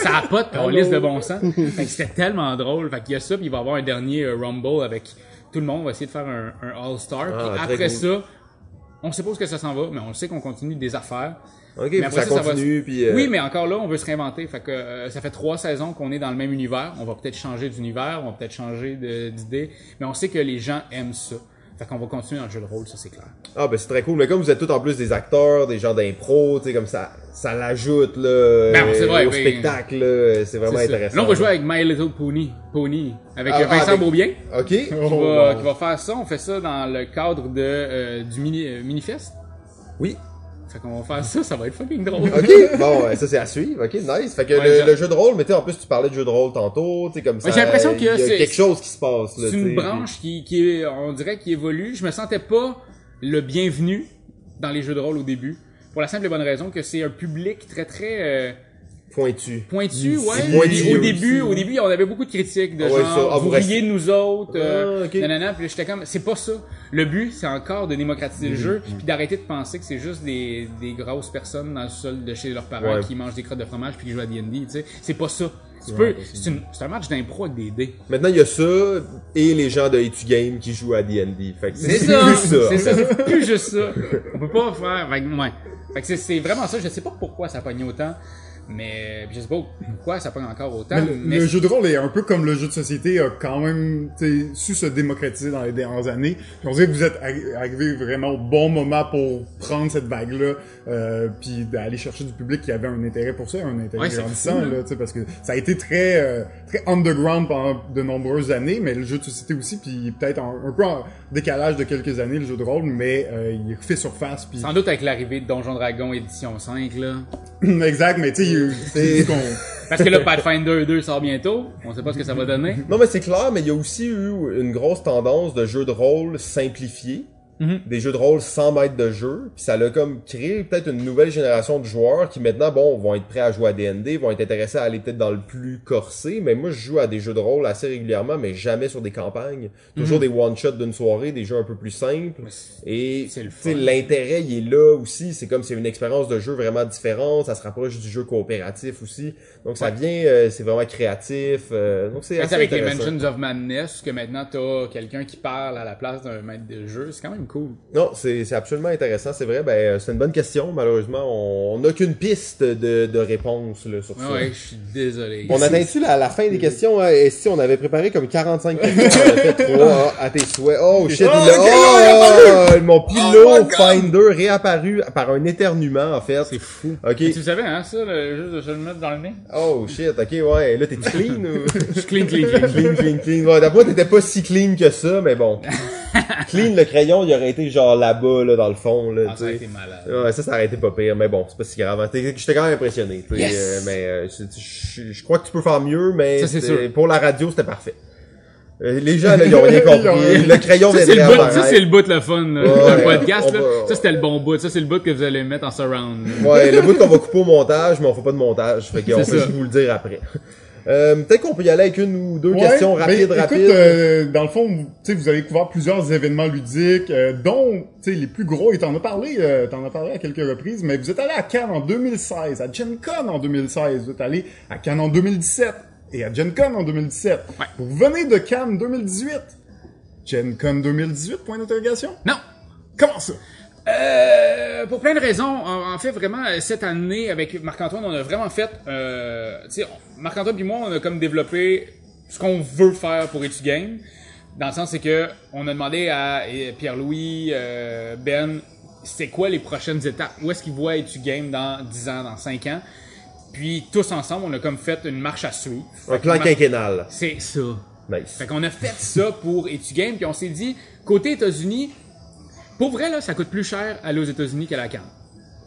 Ça a pas de calice de bon sens. Fait que c'était tellement drôle. Fait qu'il y a ça, puis il va y avoir un dernier euh, rumble avec tout le monde. On va essayer de faire un, un all-star. Ah, puis très après cool. ça, on sait pas où est-ce que ça s'en va, mais on sait qu'on continue des affaires. Ok, Mais puis après ça ça, ça va- continue, puis... euh, Oui, mais encore là, on veut se réinventer. Fait que euh, ça fait trois saisons qu'on est dans le même univers. On va peut-être changer d'univers, on va peut-être changer de- d'idée, mais on sait que les gens aiment ça. Fait qu'on va continuer dans le jeu de rôle, ça c'est clair. Ah, ben c'est très cool. Mais comme vous êtes tous en plus des acteurs, des gens d'impro, tu sais, comme ça, ça l'ajoute, là, Ben, c'est euh, vrai, au oui. spectacle, là, euh, c'est vraiment C'est ça. intéressant. Là, on va jouer avec My Little Pony, Pony, avec Ah, euh, Vincent avec- Beaubien. Ok. Qui, oh, va, wow. qui va faire ça, on fait ça dans le cadre de euh, du mini euh, mini-fest. Oui. Fait qu'on va faire ça, ça va être fucking drôle. Ok, bon, euh, ça c'est à suivre, ok, nice. Fait que Ouais, le, j'ai- le jeu de rôle, mais tu sais, en plus tu parlais de jeu de rôle tantôt, tu sais, comme ça. j'ai l'impression que il y a c'est- quelque chose qui se passe, là. C'est tu une sais, branche qui, qui est, on dirait, qui évolue. Je me sentais pas le bienvenu dans les jeux de rôle au début. Pour la simple et bonne raison que c'est un public très très euh, puis Pointu. pointu, ouais. Mm, c'est pointu Puis au aussi, début, ouais. au début, on avait beaucoup de critiques de Ah genre, ouais, ça, ah, vous vous riez restez- de nous autres, euh, Ah, ok. nanana. Puis là, j'étais comme, c'est pas ça. Le but, c'est encore de démocratiser le Mm, jeu, puis d'arrêter de penser que c'est juste des, des grosses personnes dans le sol de chez leurs parents Ouais. qui mangent des crottes de fromage puis qui jouent à D&D. tu sais. C'est pas ça. Tu peux, c'est une- c'est un match d'impro avec des dés. Maintenant, il y a ça, et les gens de Itu Game qui jouent à D&D. Fait que C'est ça, plus ça. c'est ça, c'est plus juste ça. On peut pas faire, fait que, ouais. Fait que c'est- c'est vraiment ça. Je sais pas pourquoi ça pogne autant, mais puis je sais pas pourquoi ça pogne encore autant. Mais Mais, le, le jeu de rôle est un peu comme le jeu de société a quand même tu sais, su se démocratiser dans les dernières années. Puis on dirait que vous êtes arri- arrivé vraiment au bon moment pour prendre cette vague-là, euh, puis d'aller chercher du public qui avait un intérêt pour ça, un intérêt Ouais, c'est grandissant, fou, hein. là, tu sais, parce que ça a été très euh, très underground pendant de nombreuses années, mais le jeu de société aussi, puis il est peut-être en- un peu en décalage de quelques années le jeu de rôle, mais euh, il refait surface. Puis sans doute avec l'arrivée de Donjon Dragon édition 5 là. exact, mais tu sais, il- c'est qu'on- Parce que là Pathfinder 2 sort bientôt, on sait pas ce que ça va donner. Non, mais c'est clair, mais il y a aussi eu une grosse tendance de jeux de rôle simplifiés. Mhm. Des jeux de rôle sans maître de jeu, puis ça l'a comme créé peut-être une nouvelle génération de joueurs qui maintenant, bon, vont être prêts à jouer à D&D, vont être intéressés à aller peut-être dans le plus corsé, mais moi je joue à des jeux de rôle assez régulièrement, mais jamais sur des campagnes. Toujours Mhm. des one-shots d'une soirée, des jeux un peu plus simples. Et c'est le tu sais, fun. l'intérêt, il est là aussi. C'est comme c'est une expérience de jeu vraiment différente. Ça se rapproche du jeu coopératif aussi. Donc ça vient, euh, c'est vraiment créatif. euh, donc c'est Fait que assez C'est avec les intéressant. Mansions of Madness que maintenant t'as quelqu'un qui parle à la place d'un maître de jeu, c'est quand même cool. Non, c'est c'est absolument intéressant. C'est vrai, ben euh, c'est une bonne question. Malheureusement, on on n'a qu'une piste de, de réponse là, sur Ouais, ça. ouais, je suis désolé. On atteint-tu la, la fin des questions? hein? Et si on avait préparé comme 45 questions, on a fait 3 à tes souhaits. Oh shit, Oh, il a- ok, il est oh, mon pilot Finder réapparu par un éternuement en fait. C'est fou. Ok. Mais Tu le savais hein ça, le, juste de se le mettre dans le nez. Oh shit, ok, ouais. Là, t'es clean ou? Je clean, clean, clean. clean, clean, clean. Ouais, d'après moi, t'étais pas si clean que ça, mais bon. clean, le crayon, il aurait été genre là-bas, là, dans le fond, là, Ah, tu ça a sais. été malade. Ouais, ça, ça aurait été pas pire, mais bon, c'est pas si grave. hein. T'es- J'étais quand même impressionné, tu sais, Yes. euh, mais euh, c'est- je je crois que tu peux faire mieux, mais Ça, c'est c'était- sûr. pour la radio, c'était parfait. Euh, Les gens, là, ils ont rien compris. le crayon Ça, vient de c'est le bout, ça, réapparaître. c'est le bout, le fun, là, Ouais, d'un podcast, on là. va- Ça, c'était le bon bout. Ça, c'est le bout que vous allez mettre en surround. là. Ouais, le bout qu'on va couper au montage, mais on fait pas de montage. Fait qu'on C'est peut ça. juste vous le dire après. Euh, Peut-être qu'on peut y aller avec une ou deux Ouais, questions ben, rapides, écoute, rapides. euh, dans le fond, vous- tu sais, vous avez couvert plusieurs événements ludiques, euh, dont tu sais, les plus gros, et t'en as parlé, euh, t'en as parlé à quelques reprises, mais vous êtes allé à Cannes en 2016, à Gen Con en 2016, vous êtes allé à Cannes en 2017, et à Gen Con en 2017. Ouais. Vous venez de Cannes 2018. Gen Con 2018, point d'interrogation? Non! Comment ça? Euh, pour plein de raisons. En, en fait, vraiment, euh, cette année, avec Marc-Antoine, on a vraiment fait... Euh, tu sais, on- Marc-Antoine et moi, on a comme développé ce qu'on veut faire pour Etu Game. Dans le sens, c'est que on a demandé à euh, Pierre-Louis, euh, Ben, c'est quoi les prochaines étapes? Où est-ce qu'ils voient Etu Game dans 10 ans, dans 5 ans? Puis, tous ensemble, on a comme fait une marche à suivre. Un plan quinquennal. C'est ça. Nice. Fait qu'on a fait ça pour Etu Game, puis on s'est dit, côté États-Unis, pour vrai, là, ça coûte plus cher aller aux États-Unis qu'à la Cannes.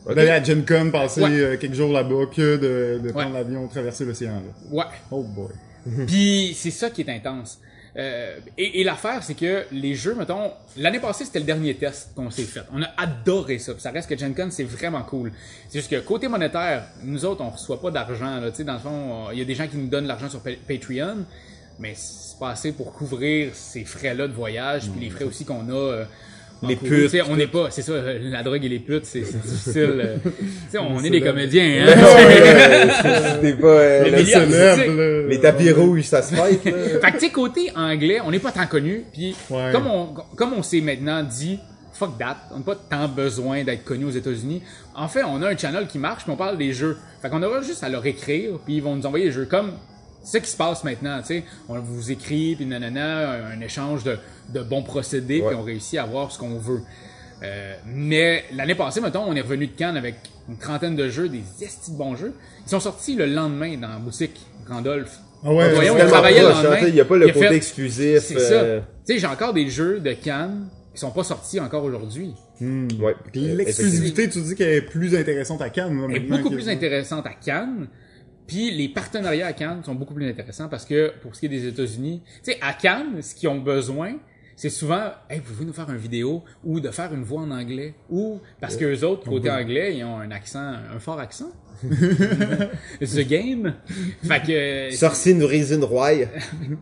Ok. D'aller à Gen Con, passer Ouais. euh, quelques jours là-bas que de, de prendre Ouais. l'avion, traverser l'océan. là. Ouais. Oh boy. Mhm. Puis c'est ça qui est intense. Euh, et et l'affaire, c'est que les jeux, mettons, l'année passée, c'était le dernier test qu'on s'est fait. On a adoré ça. Puis ça reste que Gen Con, c'est vraiment cool. C'est juste que côté monétaire, nous autres, on reçoit pas d'argent. là. Tu sais, dans le fond, on- il y a des gens qui nous donnent de l'argent sur Pa- Patreon, mais c'est pas assez pour couvrir ces frais-là de voyage, puis les frais aussi qu'on a. euh, en Les couvrir. putes, Tu sais, on n'est pas, c'est ça, euh, la drogue et les putes, c'est c'est difficile. euh. Tu sais, on est des là. comédiens, Ouais, hein. ouais, C'était pas... euh, Mais le- les- se tu lève, là. Les tapis rouges, ça se fait, là. Fait que, tu sais, côté anglais, on n'est pas tant connu. Puis, Ouais. comme on, comme on s'est maintenant dit, fuck that, on n'a pas tant besoin d'être connu aux États-Unis. En fait, on a un channel qui marche, mais on parle des jeux. Fait qu'on aura juste à leur écrire, puis ils vont nous envoyer des jeux. Comme c'est ce qui se passe maintenant, tu sais. On vous écrit, puis nanana, un, un échange de, de bons procédés, Ouais. puis on réussit à avoir ce qu'on veut. Euh, mais l'année passée, mettons, on est revenu de Cannes avec une trentaine de jeux, des estis de bons jeux. Ils sont sortis le lendemain dans la boutique Randolph. Ah Voyons, ouais, C'est on tellement travaillait proche, dans le hein, même. tu sais, Il n'y a pas le Il a côté fait- exclusif. C'est euh, ça. Tu sais, j'ai encore des jeux de Cannes qui sont pas sortis encore aujourd'hui. Ouais. L'exclusivité, tu dis qu'elle est plus intéressante à Cannes. là, Elle est maintenant beaucoup que- plus intéressante à Cannes. Puis les partenariats à Cannes sont beaucoup plus intéressants parce que pour ce qui est des États-Unis, tu sais, à Cannes, ce qu'ils ont besoin, c'est souvent, hey, pouvez-vous nous faire une vidéo ou de faire une voix en anglais ou parce que les autres côté anglais, ils ont un accent, un fort accent. The game. Fait que Sorcine Résine Roy.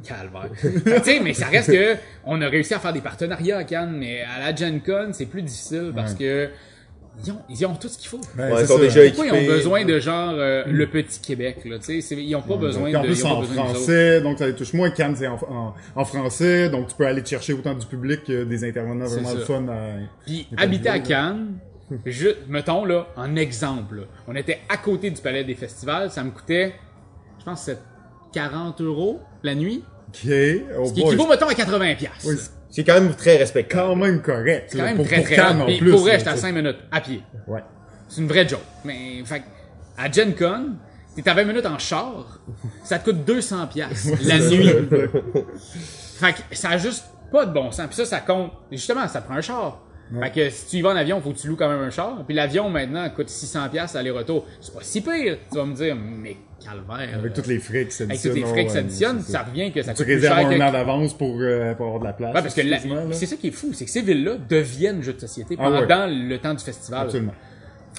Calvaire. Fait que, tu sais, mais ça reste que on a réussi à faire des partenariats à Cannes, mais à la Gen Con, c'est plus difficile parce que ils ont, ils ont tout ce qu'il faut. Ouais, Ouais, c'est ils sont ça. déjà Pourquoi ils ont équipés. besoin de genre euh, le petit Québec là, tu sais, c'est- ils ont pas besoin Puis en de plus, ils c'est ont pas en besoin de nous autres. français, donc ça les touche moins. Cannes, c'est en, en- en français, donc tu peux aller te chercher autant du public que des intervenants C'est vraiment ça. le fun. à- Puis Il y a pas habiter de à jeu, là. Cannes, juste, mettons là, en exemple, là, on était à côté du palais des festivals, ça me coûtait, je pense, que c'était 40 euros la nuit, Ok, oh ce qui boy. équivaut mettons à 80 pièces. Oui, c'est C'est quand même très respectable. quand même correct. C'est quand là, même pour, très pour très Cannes hot. en Puis plus. Pour vrai, là, j'étais à tu sais. 5 minutes à pied. Ouais. C'est une vraie joke. Mais, fait que, à Gen Con, t'es à 20 minutes en char, ça te coûte 200 pièces la nuit. fait que ça a juste pas de bon sens. Puis ça, ça compte. Justement, ça prend un char. Fait que si tu y vas en avion, faut que tu loues quand même un char. Puis l'avion, maintenant, coûte 600 pièces aller-retour. C'est pas si pire. Tu vas me dire, mais calvaire. Avec euh, tous les frais qui s'additionnent. avec tous les frais qui ouais, s'additionnent, c'est ça revient que ça Tu coûte plus réserves cher un que an d'avance pour, euh, pour avoir de la place. Ouais, parce que la- excuse-moi, là. c'est ça qui est fou, c'est que ces villes-là deviennent jeux de société Ah ouais. pendant le temps du festival. Absolument.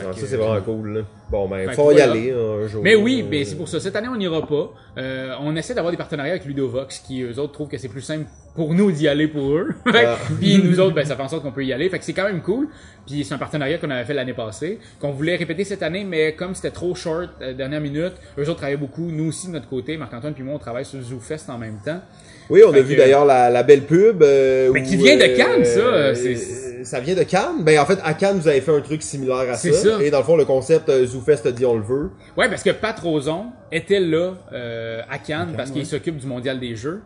Ah, ça, c'est vraiment cool. Là. Bon, ben, Fait faut que y voilà. aller euh, un jour. Mais oui, Euh, mais c'est pour ça. Cette année, on n'ira pas. Euh, on essaie d'avoir des partenariats avec Ludovox, qui eux autres trouvent que c'est plus simple pour nous d'y aller pour eux. Ah. Puis nous autres, ben, ça fait en sorte qu'on peut y aller. Fait que c'est quand même cool. Puis c'est un partenariat qu'on avait fait l'année passée, qu'on voulait répéter cette année, mais comme c'était trop short, euh, dernière minute, eux autres travaillaient beaucoup. Nous aussi, de notre côté, Marc-Antoine puis moi, on travaille sur ZooFest en même temps. Oui, on a Fait vu que- d'ailleurs la, la belle pub. euh, Mais qui où, vient de euh, Cannes, ça, euh, c'est- Ça vient de Cannes. Ben, en fait, à Cannes, vous avez fait un truc similaire à ça. C'est ça. Et dans le fond, le concept euh, ZooFest dit on le veut. Ouais, parce que Pat Roson était là euh, à Cannes Mm-hmm. parce qu'il s'occupe du mondial des jeux.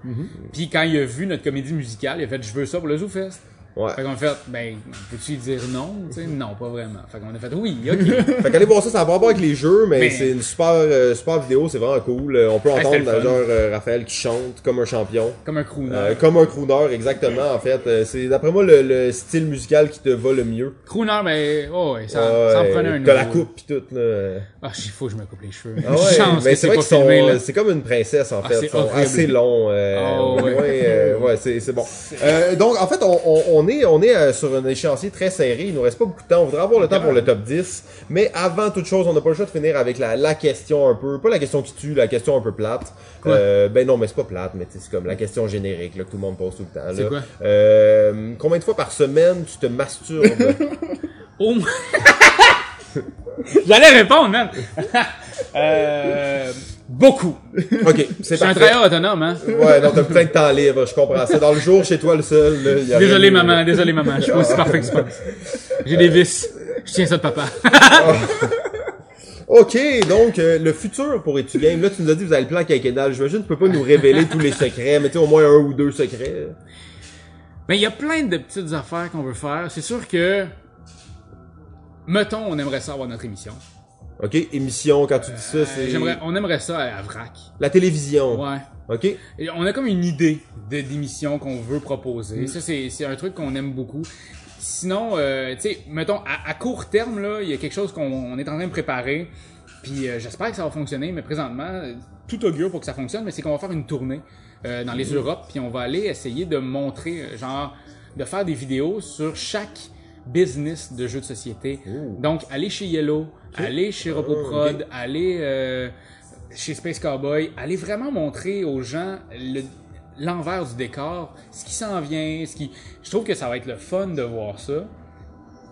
Puis quand il a vu notre comédie musicale, il a fait je veux ça pour le ZooFest. Ouais. Fait qu'on a fait ben peux-tu lui dire non, tu sais non pas vraiment. Fait qu'on a fait oui, OK. Fait qu'allez voir ça, ça a pas rapport avec les jeux, mais, Mais- c'est une super, euh, super vidéo, c'est vraiment cool. Euh, on peut c'était entendre le fun. d'ailleurs euh, Raphaël qui chante comme un champion. Comme un crooner. Euh, comme un crooner, exactement, en fait. Euh, c'est d'après moi le, le style musical qui te va le mieux. crooner mais oh ouais, ça, Ouais, ça en prenait un T'as la nouveau. coupe pis tout, là. Ah, il faut que je me coupe les cheveux. Ah ouais, Chance mais que c'est c'est vrai pas qu'ils sont, filmé là. euh, c'est comme une princesse en Ah, fait, c'est ils sont horrible. assez longs. euh, Ah, au ouais. moins, euh, ouais, c'est c'est bon. Euh, donc en fait, on, on, on est on est euh, sur un échéancier très serré. Il nous reste pas beaucoup de temps. On voudrait avoir le temps pour le top 10, mais avant toute chose, on n'a pas le choix de finir avec la, la question un peu, pas la question qui tue, la question un peu plate. Quoi? Euh, ben non, mais c'est pas plate, mais tu sais, c'est comme la question générique là, que tout le monde pose tout le temps. là. C'est quoi? Euh, combien de fois par semaine tu te masturbes Au moins. J'allais répondre, man. euh, Beaucoup. Ok, Je suis c'est un parfait. travailleur autonome, hein. Ouais, non, t'as plein de temps libre, je comprends ça. Dans le jour, chez toi, le seul, là, il y a Désolé, rien de- maman, désolé, maman. Je suis pas aussi parfait que ça. J'ai des vis. Je tiens ça de papa. Ok, donc, euh, le futur pour Etugame, là, tu nous as dit que vous avez le plan quinquennal. J'imagine que tu peux pas nous révéler tous les secrets, mais tu sais, au moins un ou deux secrets. Mais il y a plein de petites affaires qu'on veut faire. C'est sûr que, mettons, on aimerait ça avoir notre émission. Ok, émission, quand tu dis ça, c'est... Euh, J'aimerais, on aimerait ça à, à vrac. La télévision. Ouais. Ok. Et on a comme une idée de d'émission qu'on veut proposer. Ça, c'est c'est un truc qu'on aime beaucoup. Sinon, euh, tu sais, mettons, à, à court terme, là, il y a quelque chose qu'on on est en train de préparer. Puis euh, j'espère que ça va fonctionner, mais présentement, euh, tout augure pour que ça fonctionne, mais c'est qu'on va faire une tournée euh, dans les Europes, puis on va aller essayer de montrer, euh, genre, de faire des vidéos sur chaque business de jeux de société. Donc, aller chez Yellow, aller chez RoboProd, aller euh, chez Space Cowboy, aller vraiment montrer aux gens le- l'envers du décor, ce qui s'en vient, ce qui... Je trouve que ça va être le fun de voir ça.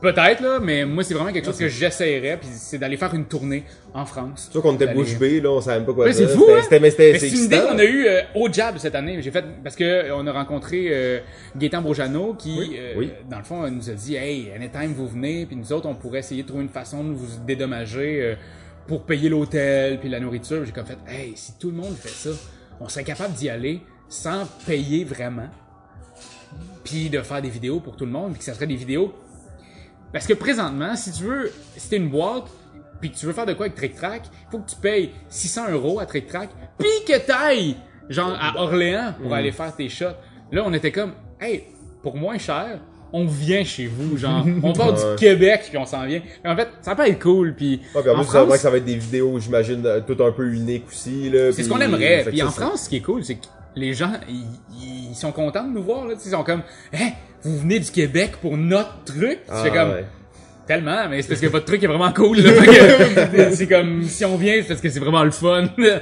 Peut-être, là, mais moi, c'est vraiment quelque chose que j'essayerais, puis c'est d'aller faire une tournée en France. C'est sûr qu'on était D'aller- bouche bée, là, on savait même pas quoi Ouais, dire. c'est fou, C'était- hein? C'était, mais c'était, Mais c'est c'est une idée excitant. qu'on a eue euh, au Jab cette année. J'ai fait parce que euh, on a rencontré euh, Gaétan Brojano qui, Oui, euh, oui. dans le fond, euh, nous a dit Hey, anytime vous venez, puis nous autres, on pourrait essayer de trouver une façon de vous dédommager euh, pour payer l'hôtel puis la nourriture. Puis J'ai comme fait Hey, si tout le monde fait ça, on serait capable d'y aller sans payer vraiment, puis de faire des vidéos pour tout le monde, puis que ça serait des vidéos parce que présentement, si tu veux, si t'es une boîte, puis que tu veux faire de quoi avec Trick Track, faut que tu payes 600 euros à Trick Track, puis que t'ailles, genre, à Orléans Mm. pour aller faire tes shots. Là, on était comme, hey, pour moins cher, on vient chez vous, genre, on part Ouais. du Québec, puis on s'en vient. Mais en fait, ça peut être cool, puis Ouais, puis en en plus, ça va France, que ça va être des vidéos, j'imagine, euh, tout un peu uniques aussi, c'est là. ce puis- qu'on aimerait. fait que Puis ça, en c'est- France, ce qui est cool, c'est que les gens, ils- ils ils sont contents de nous voir, là, tu sais, ils sont comme, hey, vous venez du Québec pour notre truc, Puis tu Ah, fais comme, ouais. Tellement, mais c'est parce que votre truc est vraiment cool. Là, Fait que, c'est comme si on vient, c'est parce que c'est vraiment le fun. fait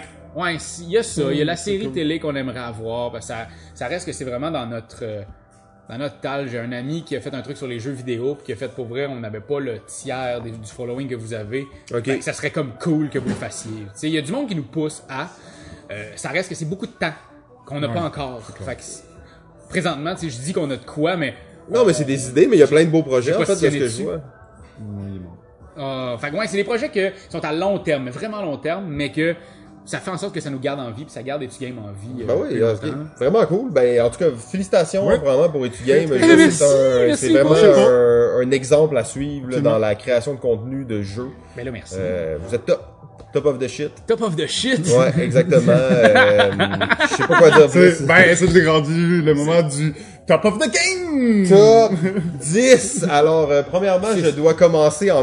que, ouais, si- il y a ça, il y a la série télé qu'on aimerait avoir. parce que ça, ça reste que c'est vraiment dans notre euh, dans notre tal. J'ai un ami qui a fait un truc sur les jeux vidéo, puis qui a fait pour vrai, on n'avait pas le tiers des- du following que vous avez. Ok. Fait que ça serait comme cool que vous le fassiez. Tu sais, il y a du monde qui nous pousse à. euh, ça reste que c'est beaucoup de temps qu'on n'a pas encore. Fait que, c'est- présentement, tu sais, je dis qu'on a de quoi, mais Non, mais c'est des idées, mais il y a plein de beaux projets, j'ai en fait, de ce positionné que je dessus. vois. Ah, fait que ouais, c'est des projets qui sont à long terme, vraiment long terme, mais que ça fait en sorte que ça nous garde en vie, puis ça garde Etu Game en vie. euh, Ben oui, plus euh, longtemps. ok. vraiment cool. Ben, en tout cas, félicitations Ouais. vraiment pour Etugame. Eh, C'est merci, un- merci, c'est vraiment moi, je sais pas. un, un exemple à suivre là, Absolument. dans la création de contenu de jeux. Ben là, merci. Euh, vous êtes top. Top of the shit. Top of the shit! Ouais, exactement. Euh, je sais pas quoi dire C'est- plus. Ben, ça, j'ai rendu le moment du top of the game! Top 10! Alors, euh, premièrement, je dois commencer en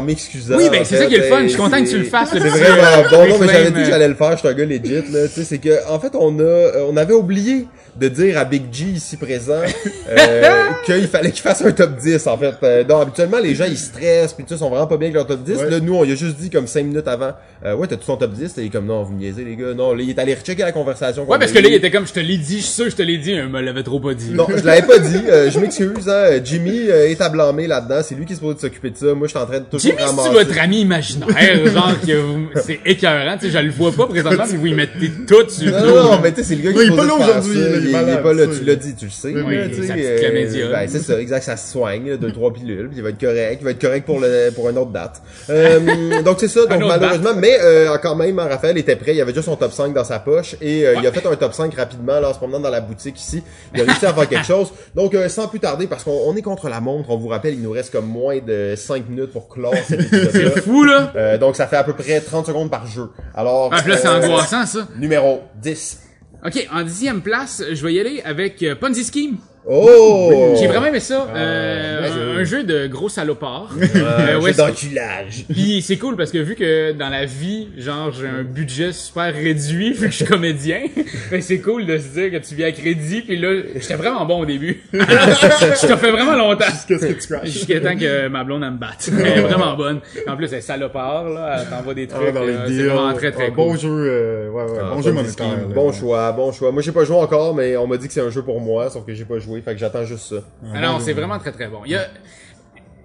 m'excusant. Oui, ben en c'est fait. ça qui est le fun, Euh, je suis content que tu le fasses. C'est le petit, vraiment euh, bon. Non, reclaim, mais j'avais dit que euh, j'allais le faire, je suis un gars legit, là. Tu sais, c'est que, en fait, on a, euh, on avait oublié de dire à Big G, ici présent, euh, qu'il fallait qu'il fasse un top 10, en fait. Euh, non, habituellement, les gens, ils stressent, puis tu sais, sont vraiment pas bien avec leur top 10. Ouais. Là, nous, on y a juste dit, comme 5 minutes avant, euh, ouais, t'as-tu son top 10? Et il est comme, non, vous me niaisez, les gars. Non, là, il est allé rechecker la conversation. qu'on Ouais, parce a que là, eue. il était comme, je te l'ai dit, je suis sûr que je te l'ai dit, mais il me l'avait trop pas dit. Non, je l'avais pas dit. euh, je m'excuse. Hein. Jimmy euh, est à blâmer là-dedans. C'est lui qui se pose de s'occuper de ça. Moi, je suis en train de toujours Jimmy, ramasser. c'est votre ami imaginaire, genre, que vous- c'est écœurant, tu sais, je le vois pas présentement, mais vous y mettez tout sur Non, le non, dos. non, mais tu sais, c'est le gars Non, qui il est se pas pose là de faire aujourd'hui, ça, là, il est il, il est malade, pas là, ça, tu il- l'as dit, tu le sais. Oui, là, oui, tu sais, sa petite chlamydia. ben, c'est ça, exact, ça se soigne, là, deux, trois pilules, puis il va être correct, il va être correct pour le, pour une autre date. Euh, donc c'est ça, donc autre malheureusement, mais euh, quand même, Raphaël était prêt, il avait déjà son top 5 dans sa poche, et euh, il a fait un top 5 rapidement, là, en se promenant dans la boutique ici, il a réussi à faire quelque chose. Donc, euh, sans plus tarder, parce qu'on on est contre la montre, on vous rappelle, il nous reste comme moins de 5 minutes pour clore cet épisode-là. C'est fou, là! Euh, donc ça fait à peu près 30 secondes par jeu. Alors, Ah, puis là, c'est euh, angoissant, ça. numéro 10. Ok, en dixième place, je vais y aller avec euh, Ponzi Scheme. Oh! J'ai vraiment aimé ça. Ah, euh, bien un, un jeu de gros salopards. Euh, Euh, jeu ouais, c'est- d'enculage. Puis c'est cool parce que vu que dans la vie, genre, j'ai un budget super réduit vu que je suis comédien, ben c'est cool de se dire que tu viens à crédit. Puis là, j'étais vraiment bon au début. je te fais vraiment longtemps. Qu'est-ce que tu crashes? Jusqu'à temps que ma blonde elle me batte. Elle est vraiment bonne. En plus, elle est salopard, là. Elle t'envoie des trucs. Ah, dans les euh, c'est deals. vraiment très, très Ah, cool. Bon jeu, euh, ouais, ouais, Ah, bon jeu bon monétaire. disque. là. Bon choix, bon choix. Moi, j'ai pas joué encore, mais on m'a dit que c'est un jeu pour moi, sauf que j'ai pas joué, fait que j'attends juste ça. Ah non, c'est vraiment très très bon. Il y a...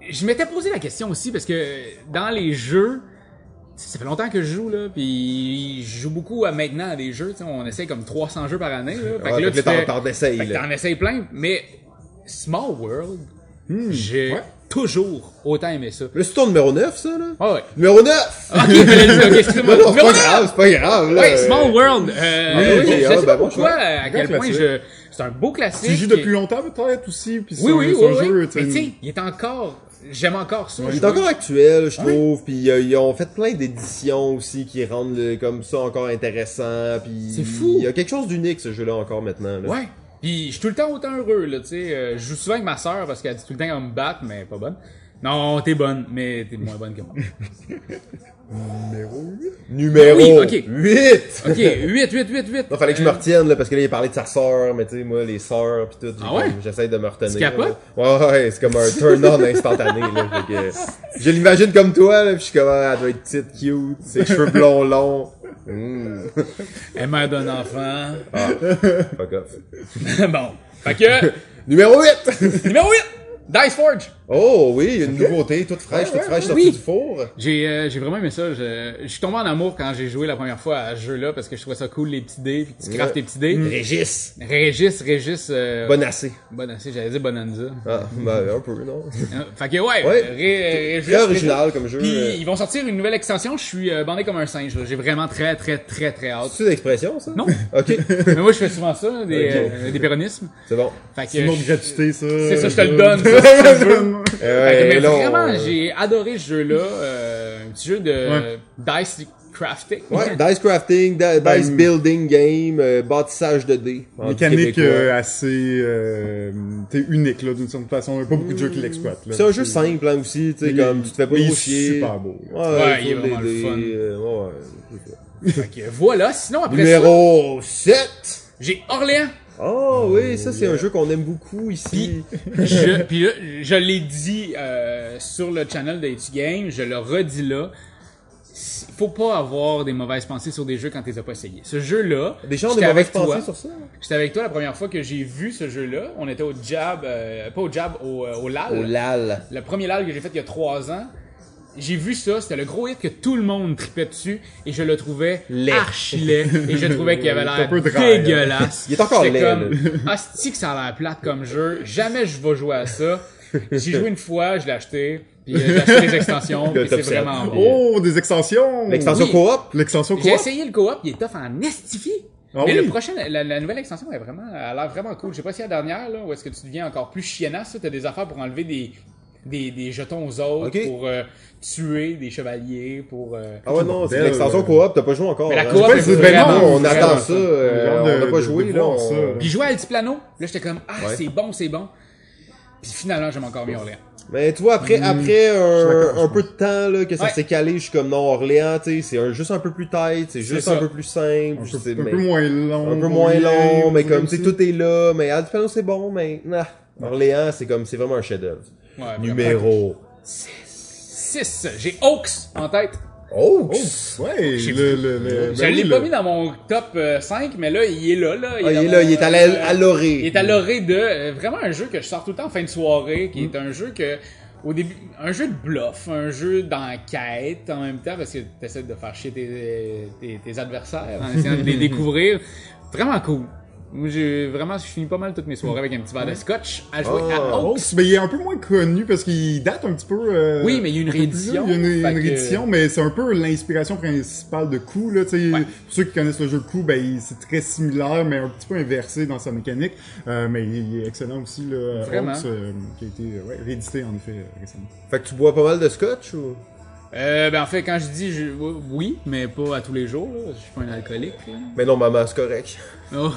Je m'étais posé la question aussi parce que dans les jeux, ça fait longtemps que je joue là, puis je joue beaucoup à maintenant à des jeux. tu sais, On essaie comme 300 jeux par année. Là, fait que Ouais, là, Ah, fait tu que là, fais- t'en- t'en essayes, fait que là. t'en essayes plein, mais Small World, Hmm, j'ai ouais. toujours autant aimé ça. Là, c'est ton numéro 9, ça, là? Ah ouais. Numéro 9! Ok, je voulais dire, ok, excusez-moi. Non, non, c'est Numéro pas neuf! grave, c'est pas grave, là. Ouais, Small World. Euh, Oui, oui, oui, je ah, sais pas ben bon, pourquoi, à grand quel point classique. je. C'est un beau classique. Tu joues depuis longtemps, peut-être, aussi, puis c'est Oui, un, oui, c'est oui. un oui. jeu, tu sais, Mais tu sais, il est encore. J'aime encore ça. Il est jouer. encore actuel, Ah, je trouve, puis euh, ils ont fait plein d'éditions aussi qui rendent le- comme ça encore intéressant, puis... C'est fou. Il y a quelque chose d'unique, ce jeu-là, encore, maintenant, là. Ouais. Puis je suis tout le temps autant heureux, là, tu sais. euh, je joue souvent avec ma sœur parce qu'elle dit tout le temps qu'elle va me battre, mais pas bonne. Non, t'es bonne, mais t'es moins bonne que moi. numéro 8. Numéro Oui, ok. 8! Ok, 8, 8, 8, 8. Non, fallait que je me retienne, là, parce que là, il parlait de sa sœur, mais tu sais, moi, les sœurs, pis tout. j'ai Ah comme- ouais? J'essaie de me retenir. Tu capotes? là. Ouais, ouais, c'est comme un turn-on instantané, là. fait que, je l'imagine comme toi, là, pis je suis comme, ah, elle doit être petite, cute, ses cheveux blonds longs. Mm. Elle mère d'un Euh, enfant. Fuck off. Ah. bon. Fait que, Numéro 8! numéro 8! Dice Forge! oh oui, une nouveauté, toute fraîche, toute fraîche, sortie oui. du four. J'ai euh, j'ai vraiment aimé ça. Je, je suis tombé en amour quand j'ai joué la première fois à ce jeu-là parce que je trouvais ça cool, les petits dés, puis que tu craftes tes petits dés. Mm. Régis. Régis, Régis... Euh, Bonassé. Bon, j'allais dire Bonanza. Ah, ben, un peu, non? Hein, fait que ouais, Ouais. ré- euh, Très ré- original comme jeu. Puis Euh, ils vont sortir une nouvelle extension, je suis euh, bandé comme un singe. là. J'ai vraiment très très très très hâte. C'est une expression, ça? Non. Ok, Mais moi je fais souvent ça, là, des, Ok. euh, des péronismes. c'est bon. Fait que C'est une autre je- gratuité, ça. c'est ça, je te le Euh, donne. ça, si tu le veux. Donne. Euh, Fait que, mais là, on- vraiment, j'ai adoré ce jeu-là. euh, un petit jeu de dice crafting. euh, Ouais, dice crafting, di- Ben, dice building game, euh, bâtissage de dés. en mécanique québécois. euh, assez euh, t'es unique là d'une certaine façon Il y a pas beaucoup de jeux qui l'exploitent là. c'est un jeu simple hein, aussi, tu sais, Mais comme il- tu te fais pas mais il trop est chier. super beau. hein. Ouais, Ouais, il est faut vraiment le des- fun. euh, ouais, ouais, c'est ça. Fait que voilà. Sinon après ça, Numéro 7! j'ai Orléans. Oh oui, ça c'est un jeu qu'on aime beaucoup ici. je, puis là, je l'ai dit euh, sur le channel de It's Game, je le redis là. S- Faut pas avoir des mauvaises pensées sur des jeux quand t'es pas essayé. Ce jeu-là, Des gens ont j'étais des mauvaises avec toi. pensées sur ça? J'étais avec toi la première fois que j'ai vu ce jeu-là. On était au Jab, euh, pas au Jab, au, euh, au LAL. Oh lal. Le premier LAL que j'ai fait il y a trois ans. J'ai vu ça, c'était le gros hit que tout le monde tripait dessus et je le trouvais Laid. archi laid et je trouvais qu'il avait C'est un l'air peu dry, hein. dégueulasse. Il est encore J'étais laid, comme asti que ça a l'air plate comme jeu, jamais je vais jouer à ça. J'ai joué une fois, je l'ai acheté, puis euh, j'ai acheté des extensions, Le puis c'est top set. vraiment bon. Oh, des extensions. L'extension Oui. coop? L'extension J'ai quoi essayé le coop, il est tough en estifié. Ah mais oui? le prochain, la, la nouvelle extension est vraiment, elle a l'air vraiment cool. Je sais pas si la dernière, là, où est-ce que tu deviens encore plus chiennasse, t'as des affaires pour enlever des, des, des jetons aux autres, Ok. pour euh, tuer des chevaliers, pour... euh, Ah ouais, non, c'est bordel, l'extension euh. coop, t'as pas joué encore. Mais la hein? coop Ouais, est c'est- Ben vraiment... non, on vraiment attend le ça, fun. euh, J'ai hâte on de- n'a pas de- joué, de là. voir on- ça, là. Puis je jouais à Altiplano, là j'étais comme, ah Ouais. c'est bon, c'est bon. Puis finalement, j'aime encore mieux Orléans. Mais tu vois, après, après Mm. suis un, d'accord, un je peu de temps là, que ça Ouais. s'est calé, je suis comme non, Orléans, tu sais, c'est un- juste un peu plus tight, c'est juste un ça. peu plus simple, Un je peu, sais, un mais- peu moins long. un peu moins oui, long, mais oui, comme tu sais, aussi. tout est là, mais Altiplano c'est bon, mais nah, Orléans, c'est comme, c'est vraiment un chef-d'œuvre. Ouais, Numéro 6, j'ai Oaks en tête. Oh! Oh, ouais, J'ai- le, le, le, ben je l'ai oui, pas le- mis dans mon top euh, 5, mais là, il est là, là. Ah, il dans est là, mon, il est à euh, la- à l'orée. Il est à l'orée de euh, vraiment un jeu que je sors tout le temps en fin de soirée, qui est un jeu que au début, un jeu de bluff, un jeu d'enquête en même temps parce que t'essaies de faire chier tes, tes, tes adversaires en essayant de les découvrir. Vraiment cool. Moi, j'ai vraiment, je finis pas mal toutes mes soirées avec un petit verre de scotch à jouer à Oh, Oaks. mais il est un peu moins connu parce qu'il date un petit peu. euh, Oui, mais il y a une un peu plus réédition, vieux. Il y a fait une, une que- réédition, mais c'est un peu l'inspiration principale de Coup. Là, tu sais. Ouais. Pour ceux qui connaissent le jeu Coup, ben, il- c'est très similaire, mais un petit peu inversé dans sa mécanique. Euh, mais il est excellent aussi, là, Vraiment. Hawks, euh, qui a été euh, ouais, réédité en effet euh, récemment. Fait que tu bois pas mal de scotch ou? Euh, ben en fait, quand je dis je- oui, mais pas à tous les jours, là. je suis pas un alcoolique. là. Mais non, maman, c'est correct. Oh.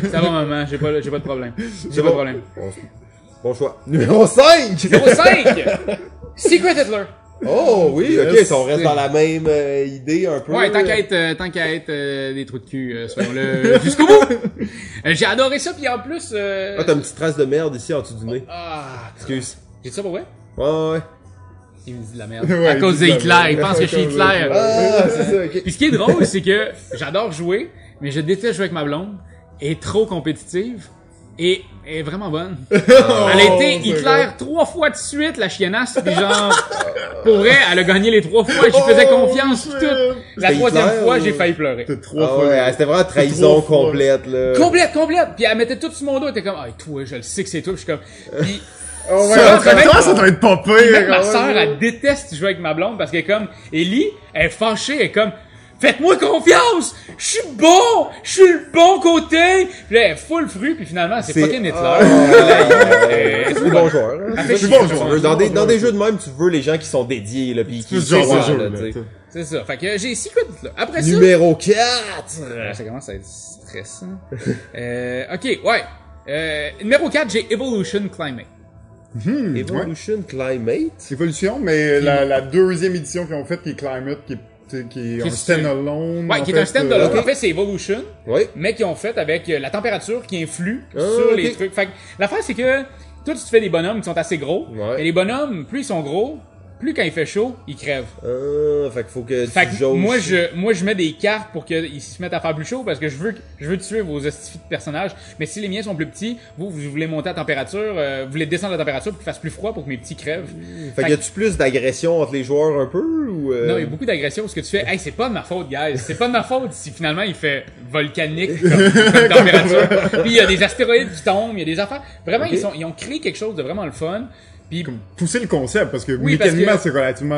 ça va maman, j'ai pas, j'ai pas de problème. J'ai pas de problème. Bon, bon choix. Numéro 5! Numéro 5! Secret Hitler! Oh oui, ok, Yes. ça, on reste dans la même euh, idée un peu. Ouais, tant qu'à être, euh, tant qu'à être euh, des trous de cul, euh, soyons-le jusqu'au bout! Euh, J'ai adoré ça, puis en plus... euh, Ah, t'as une petite trace de merde ici en dessous du nez. Ah, Excuse. j'ai dit ça pour vrai? Ouais, ouais. Il me dit de la merde. Ouais, à il cause de dit de la Hitler, merde. il pense que je suis Hitler. Ah, c'est ça, ok. Puis ce qui est drôle, c'est que j'adore jouer, mais je déteste jouer avec ma blonde. Elle est trop compétitive. Et elle est vraiment bonne. Oh, Elle a été Oh, c'est Hitler trois fois de suite, la chiennasse, pis genre, pour vrai, elle a gagné les trois fois, j'y faisais Oh, confiance, pis shit. tout. La C'était troisième Hitler, fois, ou- j'ai failli pleurer. T'as trois Ah fois. ouais, c'était vraiment trahison Trois fois. complète, Euh, là. Complète, complète! Puis elle mettait tout sur mon dos, elle était comme, ah, toi, je le sais que c'est toi, Puis je suis comme, Puis Oh, ouais, Ça, ça, ça, honnêtement- ça doit être pas pire. ah Puis même ma ouais. sœur, elle déteste jouer avec ma blonde parce qu'elle est comme, Ellie, elle est fâchée, elle est comme, faites-moi confiance! Je suis bon! Je suis le bon côté! Puis là, elle est full fruit, puis finalement, c'est C'est- fucking Hitler. Ah. Euh, C'est des bons joueurs. hein. Elle fait C'est chier, des bons c'est joueurs. un Dans bon des, joueur. dans des jeux de même, tu veux les gens qui sont dédiés, là, pis qui C'est ce sont genre de ça, jeu, là, là, tu sais. t'sais. C'est ça. Fait que j'ai secret là. Après ça, Numéro 4! Euh, ça commence à être stressant. euh, ok, ouais. Euh, numéro 4, j'ai Evolution Climate. Hmm, ouais. euh, Evolution Climate? Évolution, mais la, la deuxième édition qu'ils ont faite, qui est Climate, qui est, tu sais, qui est un Qu'est-ce que c'est? stand-alone. Ouais, en qui est fait, un stand-alone. euh, En fait, c'est Evolution, Oui. mais qui ont fait avec euh, la température qui influe Ah, sur les ok. trucs. Fait que l'affaire, c'est que toi, tu te fais des bonhommes qui sont assez gros. Ouais. Et les bonhommes, plus ils sont gros, plus quand il fait chaud, ils crèvent. Ah, fait qu'il faut que Fait tu que jauges. moi je moi je mets des cartes pour qu'ils se mettent à faire plus chaud parce que je veux je veux tuer vos astifies de personnages. Mais si les miens sont plus petits, vous vous voulez monter la température, euh, vous voulez descendre la température pour qu'il fasse plus froid pour que mes petits crèvent. Fait qu'il y a-tu plus d'agression entre les joueurs un peu, ou euh, Non, il y a beaucoup d'agressions parce que tu fais, hey, c'est pas de ma faute, guys. C'est pas de ma faute si finalement il fait volcanique comme, comme température. Puis il y a des astéroïdes qui tombent, il y a des affaires. Vraiment, ils, sont, ils ont créé quelque chose de vraiment le fun. Puis pousser le concept parce que Oui, parce mécaniquement que- c'est relativement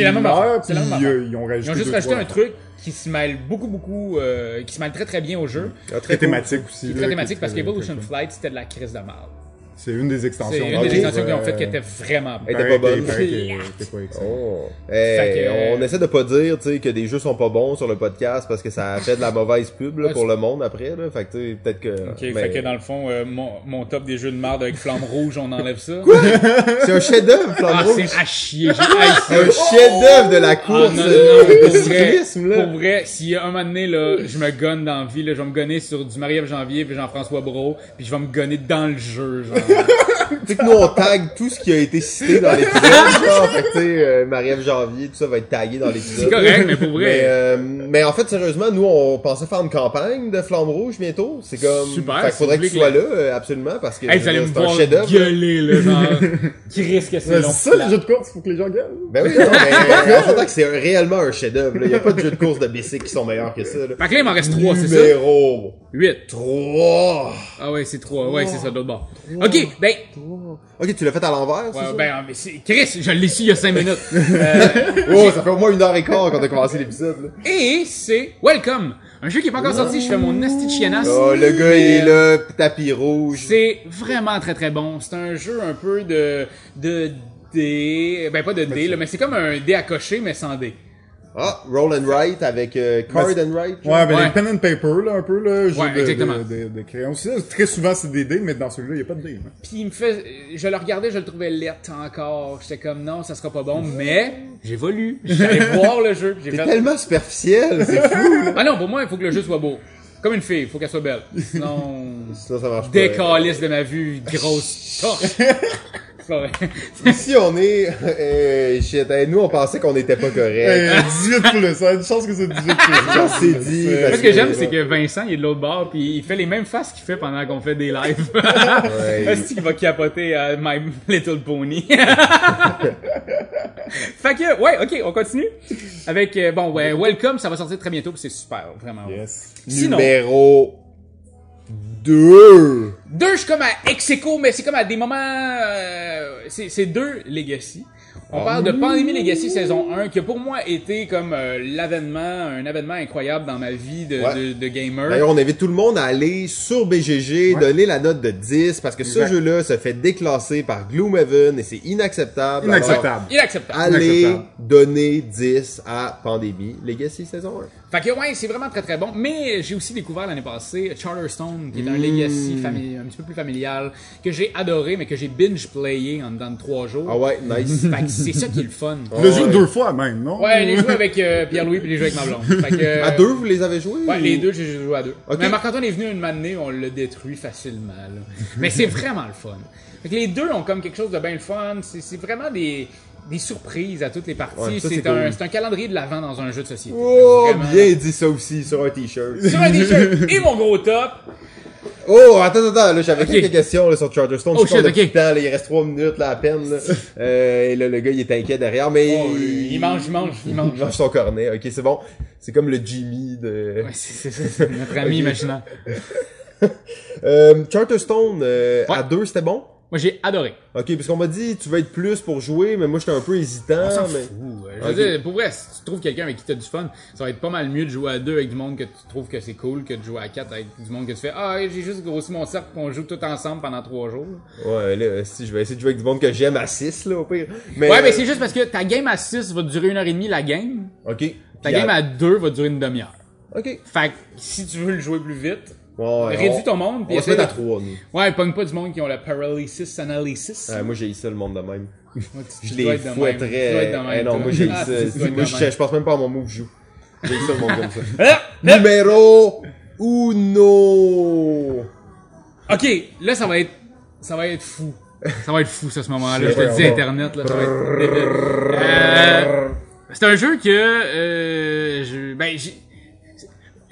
la même affaire, similaire c'est puis la même euh, ils ont rajouté, ils ont juste deux, rajouté trois un truc qui se mêle beaucoup, beaucoup, euh, qui se mêle très, très bien au jeu. ah, très cool. thématique aussi Très là, thématique qui- parce qu'Evolution qui- Flight, c'était de la crise de mal. c'est une des extensions C'est une ok. des extensions qu'ils ont Euh, faites qui était vraiment bonne. Elle était pas bonne. il paraît qu'elle- qu'elle était pas excellente. Oh. Fait Hey, que, euh, On essaie de pas dire tu sais, que des jeux sont pas bons sur le podcast parce que ça fait de la mauvaise pub là, Ouais, pour le monde après. Là. Fait que tu sais, peut-être que. Ok, mais- fait que dans le fond, euh, mon, mon top des jeux de merde avec flamme rouge, on enlève ça. C'est un chef-d'œuvre, ah, Flambeau. c'est à chier. J'ai haï ça. un chef-d'œuvre de la Ah, non, course non, euh, non, de pour vrai, cyclisme. Là. pour vrai, si un moment donné, là, je me gonne dans la vie, là, je vais me gonner sur du Marie-Ève Janvier puis Jean-François Brault, puis je vais me gonner dans le jeu, genre. Tu sais que nous, on tag tout ce qui a été cité dans l'épisode. genre. fait que tu sais, euh, Marie-Ève Janvier, tout ça va être tagué dans l'épisode. C'est correct, mais pour Mais, vrai. euh, mais en fait, sérieusement, nous, on pensait faire une campagne de Flamme Rouge bientôt. C'est comme. Super, Fait qu'il si faudrait vous que tu voulez sois là, euh, absolument, parce que Hey, je vous allez veux me dire, c'est un voir chef-d'œuvre. gueuler, là, genre. Qui risque c'est Mais long. c'est ça le jeu de course faut que les gens gagnent Ben oui, non, mais on s'entend que c'est réellement un chef-d'œuvre. là. Il n'y a pas de jeu de course de bicycle qui sont meilleurs que ça. Là. Fait que là, il m'en reste trois, c'est ça? Numéro Huit. 3. Ah ouais, c'est trois. Ouais, c'est ça, de l'autre bord. Ok, ben, Ok, tu l'as fait à l'envers, Ouais, c'est ça? ben, mais c'est- Chris, je l'ai su il y a 5 minutes. Euh, Oh, ça fait au moins une heure et quart qu'on a commencé l'épisode. là. et c'est Welcome, un jeu qui est pas encore sorti, je fais mon asti de chiennasse. Oh, le gars, il Mais, est là, tapis rouge. C'est vraiment très très bon. C'est un jeu un peu de de dés, ben pas de dés là, mais c'est comme un dé à cocher mais sans dé. Ah, roll and write avec euh, card and write. genre. Ouais, ben Bah, Ouais. les pen and paper, là, un peu, là, jeu Ouais, de, exactement. de, de, de crayons. C'est- Très souvent, c'est des dés, mais dans celui-là, il n'y a pas de dés. hein. Puis il me fait, je le regardais, je le trouvais lettre encore. J'étais comme non, ça sera pas bon, mais j'évolue. J'allais voir le jeu. puis J'ai T'es fait... tellement superficiel, c'est fou. Ah non, pour moi il faut que le jeu soit beau. Comme une fille, il faut qu'elle soit belle. Sinon, Ça, ça marche pas. décalisse de ma vue, grosse torche. C'est pas vrai. Ici, on est... Euh, shit, hey, nous, on pensait qu'on n'était pas correct. Euh, 18 plus, ça a une chance que c'est 18 plus. On s'est dit... Moi, ce que j'aime, c'est que Vincent, il est de l'autre bord, puis il fait les mêmes faces qu'il fait pendant qu'on fait des lives. Ouais. Est-ce qu'il va capoter à My Little Pony? fait que, ouais, ok, on continue. Avec, euh, bon, ouais, Welcome, ça va sortir très bientôt, puis c'est super, vraiment. Yes. Sinon, Numéro 2. deux, je suis comme à ex aequo, mais c'est comme à des moments... euh, c'est c'est deux Legacy. On parle de Pandémie Legacy saison 1, qui a pour moi été comme euh, l'avènement, un avènement incroyable dans ma vie de, Ouais. de- de gamer. D'ailleurs, on invite tout le monde à aller sur BGG, Ouais. donner la note de 10, parce que Exact. ce jeu-là se fait déclasser par Gloomhaven et c'est inacceptable. Alors, Inacceptable. Inacceptable. allez Inacceptable. donner 10 à Pandémie Legacy saison 1. Fait que ouais, c'est vraiment très très bon. Mais j'ai aussi découvert l'année passée Charterstone, qui est un Hmm. legacy famili- un petit peu plus familial, que j'ai adoré, mais que j'ai binge-playé en dedans de trois jours. Ah ouais, nice. Fait que c'est ça qui est le fun. Le Oh, jeu ouais. deux fois même, non? Ouais, les jeux avec euh, Pierre-Louis puis les jeux avec ma blonde. Fait que, euh, À deux, vous les avez joués? Ouais, ou- les deux, j'ai joué à deux. Ok. Mais Marc-Antoine est venu une matinée, on l'a détruit facilement. là. Mais c'est vraiment le fun. Fait que les deux ont comme quelque chose de bien le fun. C'est c'est vraiment des, des surprises à toutes les parties. Ouais, ça, c'est c'est un, cool. c'est un calendrier de l'avant dans un jeu de société. Oh, Vraiment. bien dit ça aussi sur un t-shirt. sur un t-shirt et mon gros top. Oh, attends, attends, là, j'avais Ok. quelques questions là, sur Charterstone. Oh, Je sais qu'on shit, a plus ok. de temps, là, il reste trois minutes là, à peine. là. Euh, et là, le gars, il est inquiet derrière, mais... Oh, il mange, il mange, il mange. Il mange son cornet, ok, c'est bon. C'est comme le Jimmy de... Ouais, c'est- c'est c'est notre ami Ok. imaginaire. Euh, Charterstone, euh, Ouais. à deux, c'était bon? Moi, j'ai adoré. Ok, parce qu'on m'a dit, tu veux être plus pour jouer, mais moi, j'étais un peu hésitant, On s'en Ah, mais... fout. euh, Je veux Ok. dire, pour vrai, si tu trouves quelqu'un avec qui t'as du fun, ça va être pas mal mieux de jouer à deux avec du monde que tu trouves que c'est cool que de jouer à quatre avec du monde que tu fais Ah, j'ai juste grossi mon cercle qu'on joue tout ensemble pendant trois jours. Ouais, là, euh, si, je vais essayer de jouer avec du monde que j'aime à 6, là, au pire. Mais, ouais, mais euh, c'est juste parce que ta game à 6 va durer une heure et demie, la game. Ok. Ta Puis game à 2 va durer une demi-heure. Ok. Ouais, Fait que si tu veux le jouer plus vite, on- réduis ton monde. puis On va se essaie mettre à de- trois, nous. Ouais, pogne pas du monde qui ont la paralysis analysis. Ouais, Euh, moi, j'ai ça, le monde de même. Moi, tu- Je tu dois les être de même. fouetterais. Tu dois être de Eh même, non, toi. moi j'ai Ah, ça. tu dois être Moi, de je, même. je pense même pas à mon mot que je joue. J'ai ça, le monde comme ça. Ah! Numéro uno. Ok, là ça va être ça va être fou. Ça va être fou ça ce moment-là. Je Ouais, te dis on va- internet là, ça va être débile. Euh, c'est un jeu que euh, je ben j'ai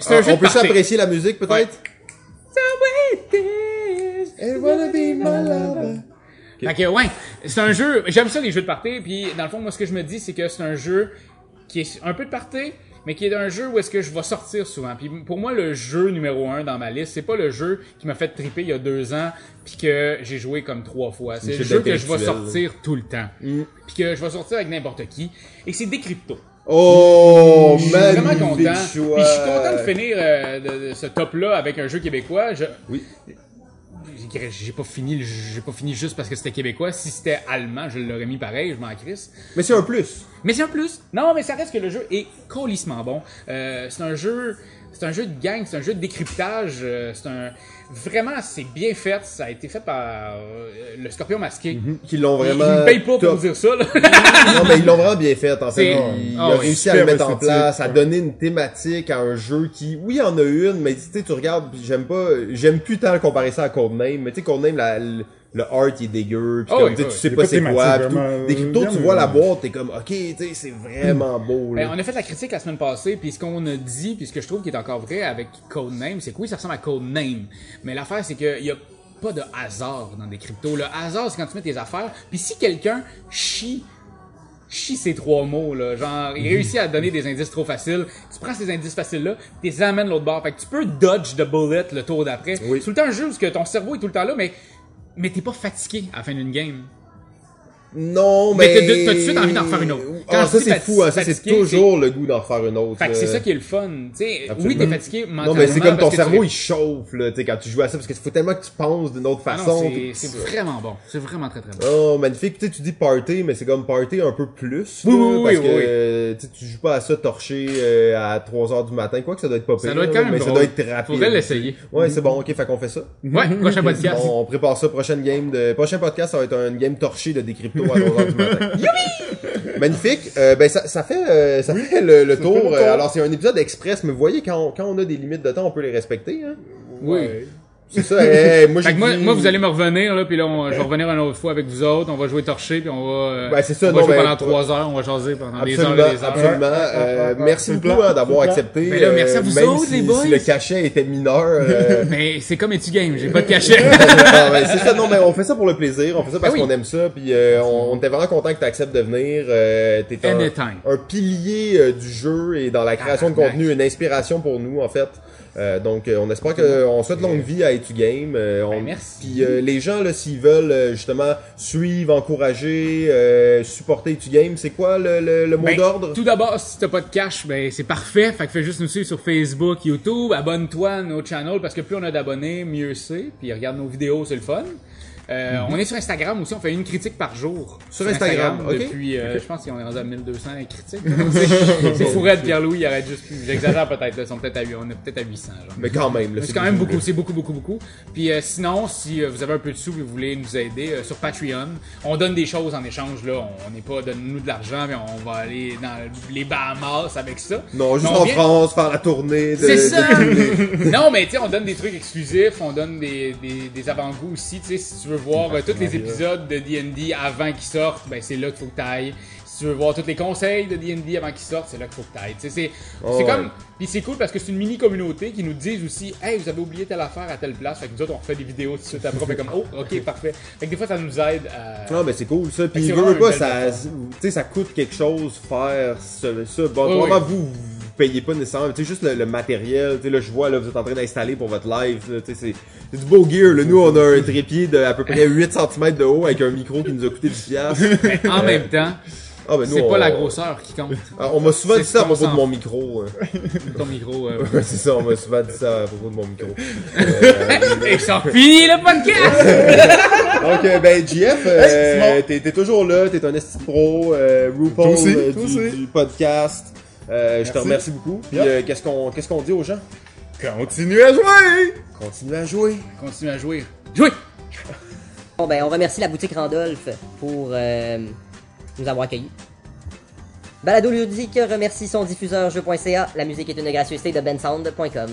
c'est un Ah, jeu on peut parfait. s'apprécier la musique, peut-être? It wanna be my lover. Fait que ouais, c'est un jeu, j'aime ça les jeux de party puis dans le fond moi ce que je me dis c'est que c'est un jeu qui est un peu de party mais qui est un jeu où est-ce que je vais sortir souvent. Puis pour moi le jeu numéro un dans ma liste, c'est pas le jeu qui m'a fait triper il y a deux ans puis que j'ai joué comme trois fois. C'est le Une chute jeu Mm. que je vais d'intellectuel, là. sortir tout le temps. Puis que je vais sortir avec n'importe qui et c'est des cryptos. Oh, Je suis man. vraiment content. Puis je suis content de finir euh, de- de ce top-là avec un jeu québécois. Je- Oui. j'ai- J'ai pas fini, le- j'ai pas fini juste parce que c'était québécois. Si c'était allemand, je l'aurais mis pareil, je m'en crisse. Mais c'est un plus. Mais c'est un plus. Non, mais ça reste que le jeu est colissement bon. Euh, c'est un jeu, c'est un jeu de gang, c'est un jeu de décryptage. euh, c'est un, vraiment, c'est bien fait. Ça a été fait par euh, le Scorpion masqué. Qui l'ont Il- Mhm. vraiment. il me paye pas pour top. dire ça. Là. Non, mais ils l'ont vraiment bien fait, en fait. C'est- Ils Ah ont oui, réussi à le superbe mettre en esthétique, place, à ouais. donner une thématique à un jeu qui, oui, en a une, mais tu sais, tu regardes, puis j'aime pas, j'aime plus tant comparer ça à Codename, mais tu sais, Codename, la, le, le art, il est dégueu, pis Ah comme, oui, tu sais, oui. tu sais Il y a pas pas de c'est quoi, thématique pis vraiment, tout. Des euh, cryptos, bien, tu vois mais- la boîte, t'es comme, ok, tu sais, c'est vraiment beau, Ben, là. on a fait la critique la semaine passée, puis ce qu'on a dit, puis ce que je trouve qui est encore vrai avec Codename, c'est que oui, ça ressemble à Codename, mais l'affaire, c'est qu'il y a pas de hasard dans des cryptos. Le hasard, c'est quand tu mets tes affaires, puis si quelqu'un chie chie ces trois mots là, genre Mhm. il réussit à donner des indices trop faciles, tu prends ces indices faciles là, tu les amènes l'autre bord, fait que tu peux dodge the bullet le tour d'après. Oui. C'est tout le temps un jeu parce que ton cerveau est tout le temps là, mais mais t'es pas fatigué à la fin d'une game. Non, mais. Mais t'as de- t'as tout de suite envie d'en refaire une autre. Ah, Quand ça, je dis c'est fou, hein, ça, c'est fatigué, toujours le goût d'en refaire une autre. Fait que c'est là. ça qui est le fun, tu sais. Oui, Euh, Absolument. t'es fatigué mentalement. Non, mais c'est comme ton parce que tu cerveau, il chauffe, là, tu sais, quand tu joues à ça, parce que faut tellement que tu penses d'une autre Ah non, façon. c'est- t'es- c'est vraiment bon. C'est vraiment très très bon. Oh, magnifique. Puis, Tu sais, tu dis party, mais c'est comme party un peu plus. Oui, là, oui, oui, parce oui, que oui. euh, tu sais, tu joues pas à ça torché euh, à 3h du matin. Quoi que ça doit être pas Ça pire, doit être là, quand même mais ça drôle. doit être rapide. Faudrait l'essayer. Ouais, c'est bon, ok, fait qu'on fait ça. Ouais, prochain podcast. Bon, on prépare ça, prochaine game de. Prochain podcast, ça va être une game torchée de décrypto à 3h du matin. Magnifique. Euh, ben ça, ça fait euh, ça fait le, le tour. fait le tour. Euh, Alors c'est un épisode express, mais vous voyez quand on, quand on a des limites de temps, on peut les respecter. Hein? Oui. C'est ça. hey, moi, Fait j'ai que moi, dit- moi, vous allez me revenir, là, puis là, on- je vais revenir une autre fois avec vous autres. On va jouer torché, puis on va, euh, Ben, c'est ça, on va non, jouer ben, pendant toi- trois heures, on va jaser pendant des heures Absolument, et des heures. absolument. Ouais, ouais, Euh, ouais, ouais, merci ouais, c'est beaucoup le plan, hein, d'avoir c'est le accepté. Mais Ben là, merci à euh, vous même autres, si, les boys. Si le cachet était mineur. euh, Mais c'est comme es-tu game, j'ai pas de cachet. non, mais c'est ça, non, mais on fait ça pour le plaisir, on fait ça parce Ben oui. qu'on aime ça, puis euh, on, on était vraiment content que tu acceptes de venir. Euh, T'es un, Anytime. un pilier euh, du jeu et dans la création de Tabarnak. contenu, une inspiration pour nous, en fait. Euh, donc, euh, on espère que on souhaite longue vie à Etu Game. Euh, on- Ben, merci. Puis euh, les gens, là, s'ils veulent euh, justement suivre, encourager, euh, supporter Etu Game, c'est quoi le, le- le mot Ben, d'ordre? Tout d'abord, si t'as pas de cash, ben c'est parfait. Fait que fais juste nous suivre sur Facebook, YouTube, abonne-toi à nos channels parce que plus on a d'abonnés, mieux c'est. Puis regarde nos vidéos, c'est le fun. Euh, On est sur Instagram aussi, on fait une critique par jour. Mhm. Sur Instagram, ok. Depuis, euh, je pense qu'on est rendu à 1200 critiques. C'est- c'est fou, Red Pierre-Louis, il arrête juste plus. J'exagère peut-être, là, ils sont peut-être à, huit- on est peut-être à 800. Genre. Mais quand même, là, Mais c'est quand même beaucoup, c'est beaucoup, beaucoup, beaucoup. Puis euh, sinon, si euh, vous avez un peu de sous et vous voulez nous aider euh, sur Patreon, on donne des choses en échange. là. On- On n'est pas donne-nous de l'argent, mais on va aller dans les Bahamas avec ça. Non, juste Mais on en vient- France, faire la tournée. de- C'est de- ça! non, mais tu sais, on donne des trucs exclusifs, on donne des, des, des avant-goûts aussi. Tu sais, si tu veux voir euh, tous les épisodes de D&D avant qu'ils sortent, ben c'est là qu'il faut que t'ailles. Si si tu veux voir tous les conseils de D&D avant qu'ils sortent, c'est là qu'il faut que t'ailles. Tu sais, C'est Oh, c'est ouais. comme... Puis c'est cool parce que c'est une mini-communauté qui nous disent aussi « Hey, vous avez oublié telle affaire à telle place. » Fait que nous autres, on refait des vidéos tout de suite après. Fait comme « Oh, ok, parfait. » Fait que des fois, ça nous aide à... Non, mais c'est cool ça. Puis Fait que il c'est veut vraiment pas, une belle ça, tu sais, ça coûte quelque chose faire ce, ça. Bon, Oui, probablement, oui. vous, vous payez pas nécessairement. Tu sais, juste le, le matériel. Tu sais, là, je vois, là, vous êtes en train d'installer pour votre live. là, Tu sais, c'est- c'est du beau gear. Là, nous, on a un trépied de à peu près 8 cm de haut avec un micro qui nous a coûté 10 piastres. Mais en même temps, Ah, ben, nous, c'est on- pas la grosseur qui compte. Ah, on m'a souvent C'est dit ça à ce qu'on propos de sent. mon micro. hein. Ton micro... euh, Ouais, c'est ça, on m'a souvent dit ça à propos de mon micro. Et ça finit le podcast! Donc, euh, ben, JF, Hey, euh, Simon. t'es t'es toujours là, t'es un esti de pro, euh, RuPaul Toi aussi, euh, toi du, aussi. du podcast. Euh, je te Merci. remercie beaucoup. Puis, Yep. euh, qu'est-ce qu'on qu'est-ce qu'on dit aux gens? Continuez à jouer! Continuez à jouer. Continue à jouer. Jouer! Bon, ben, on remercie la boutique Randolph pour euh, nous avoir accueillis. Balado Ludique remercie son diffuseur jeu.ca. La musique est une gracieuseté de bensound.com.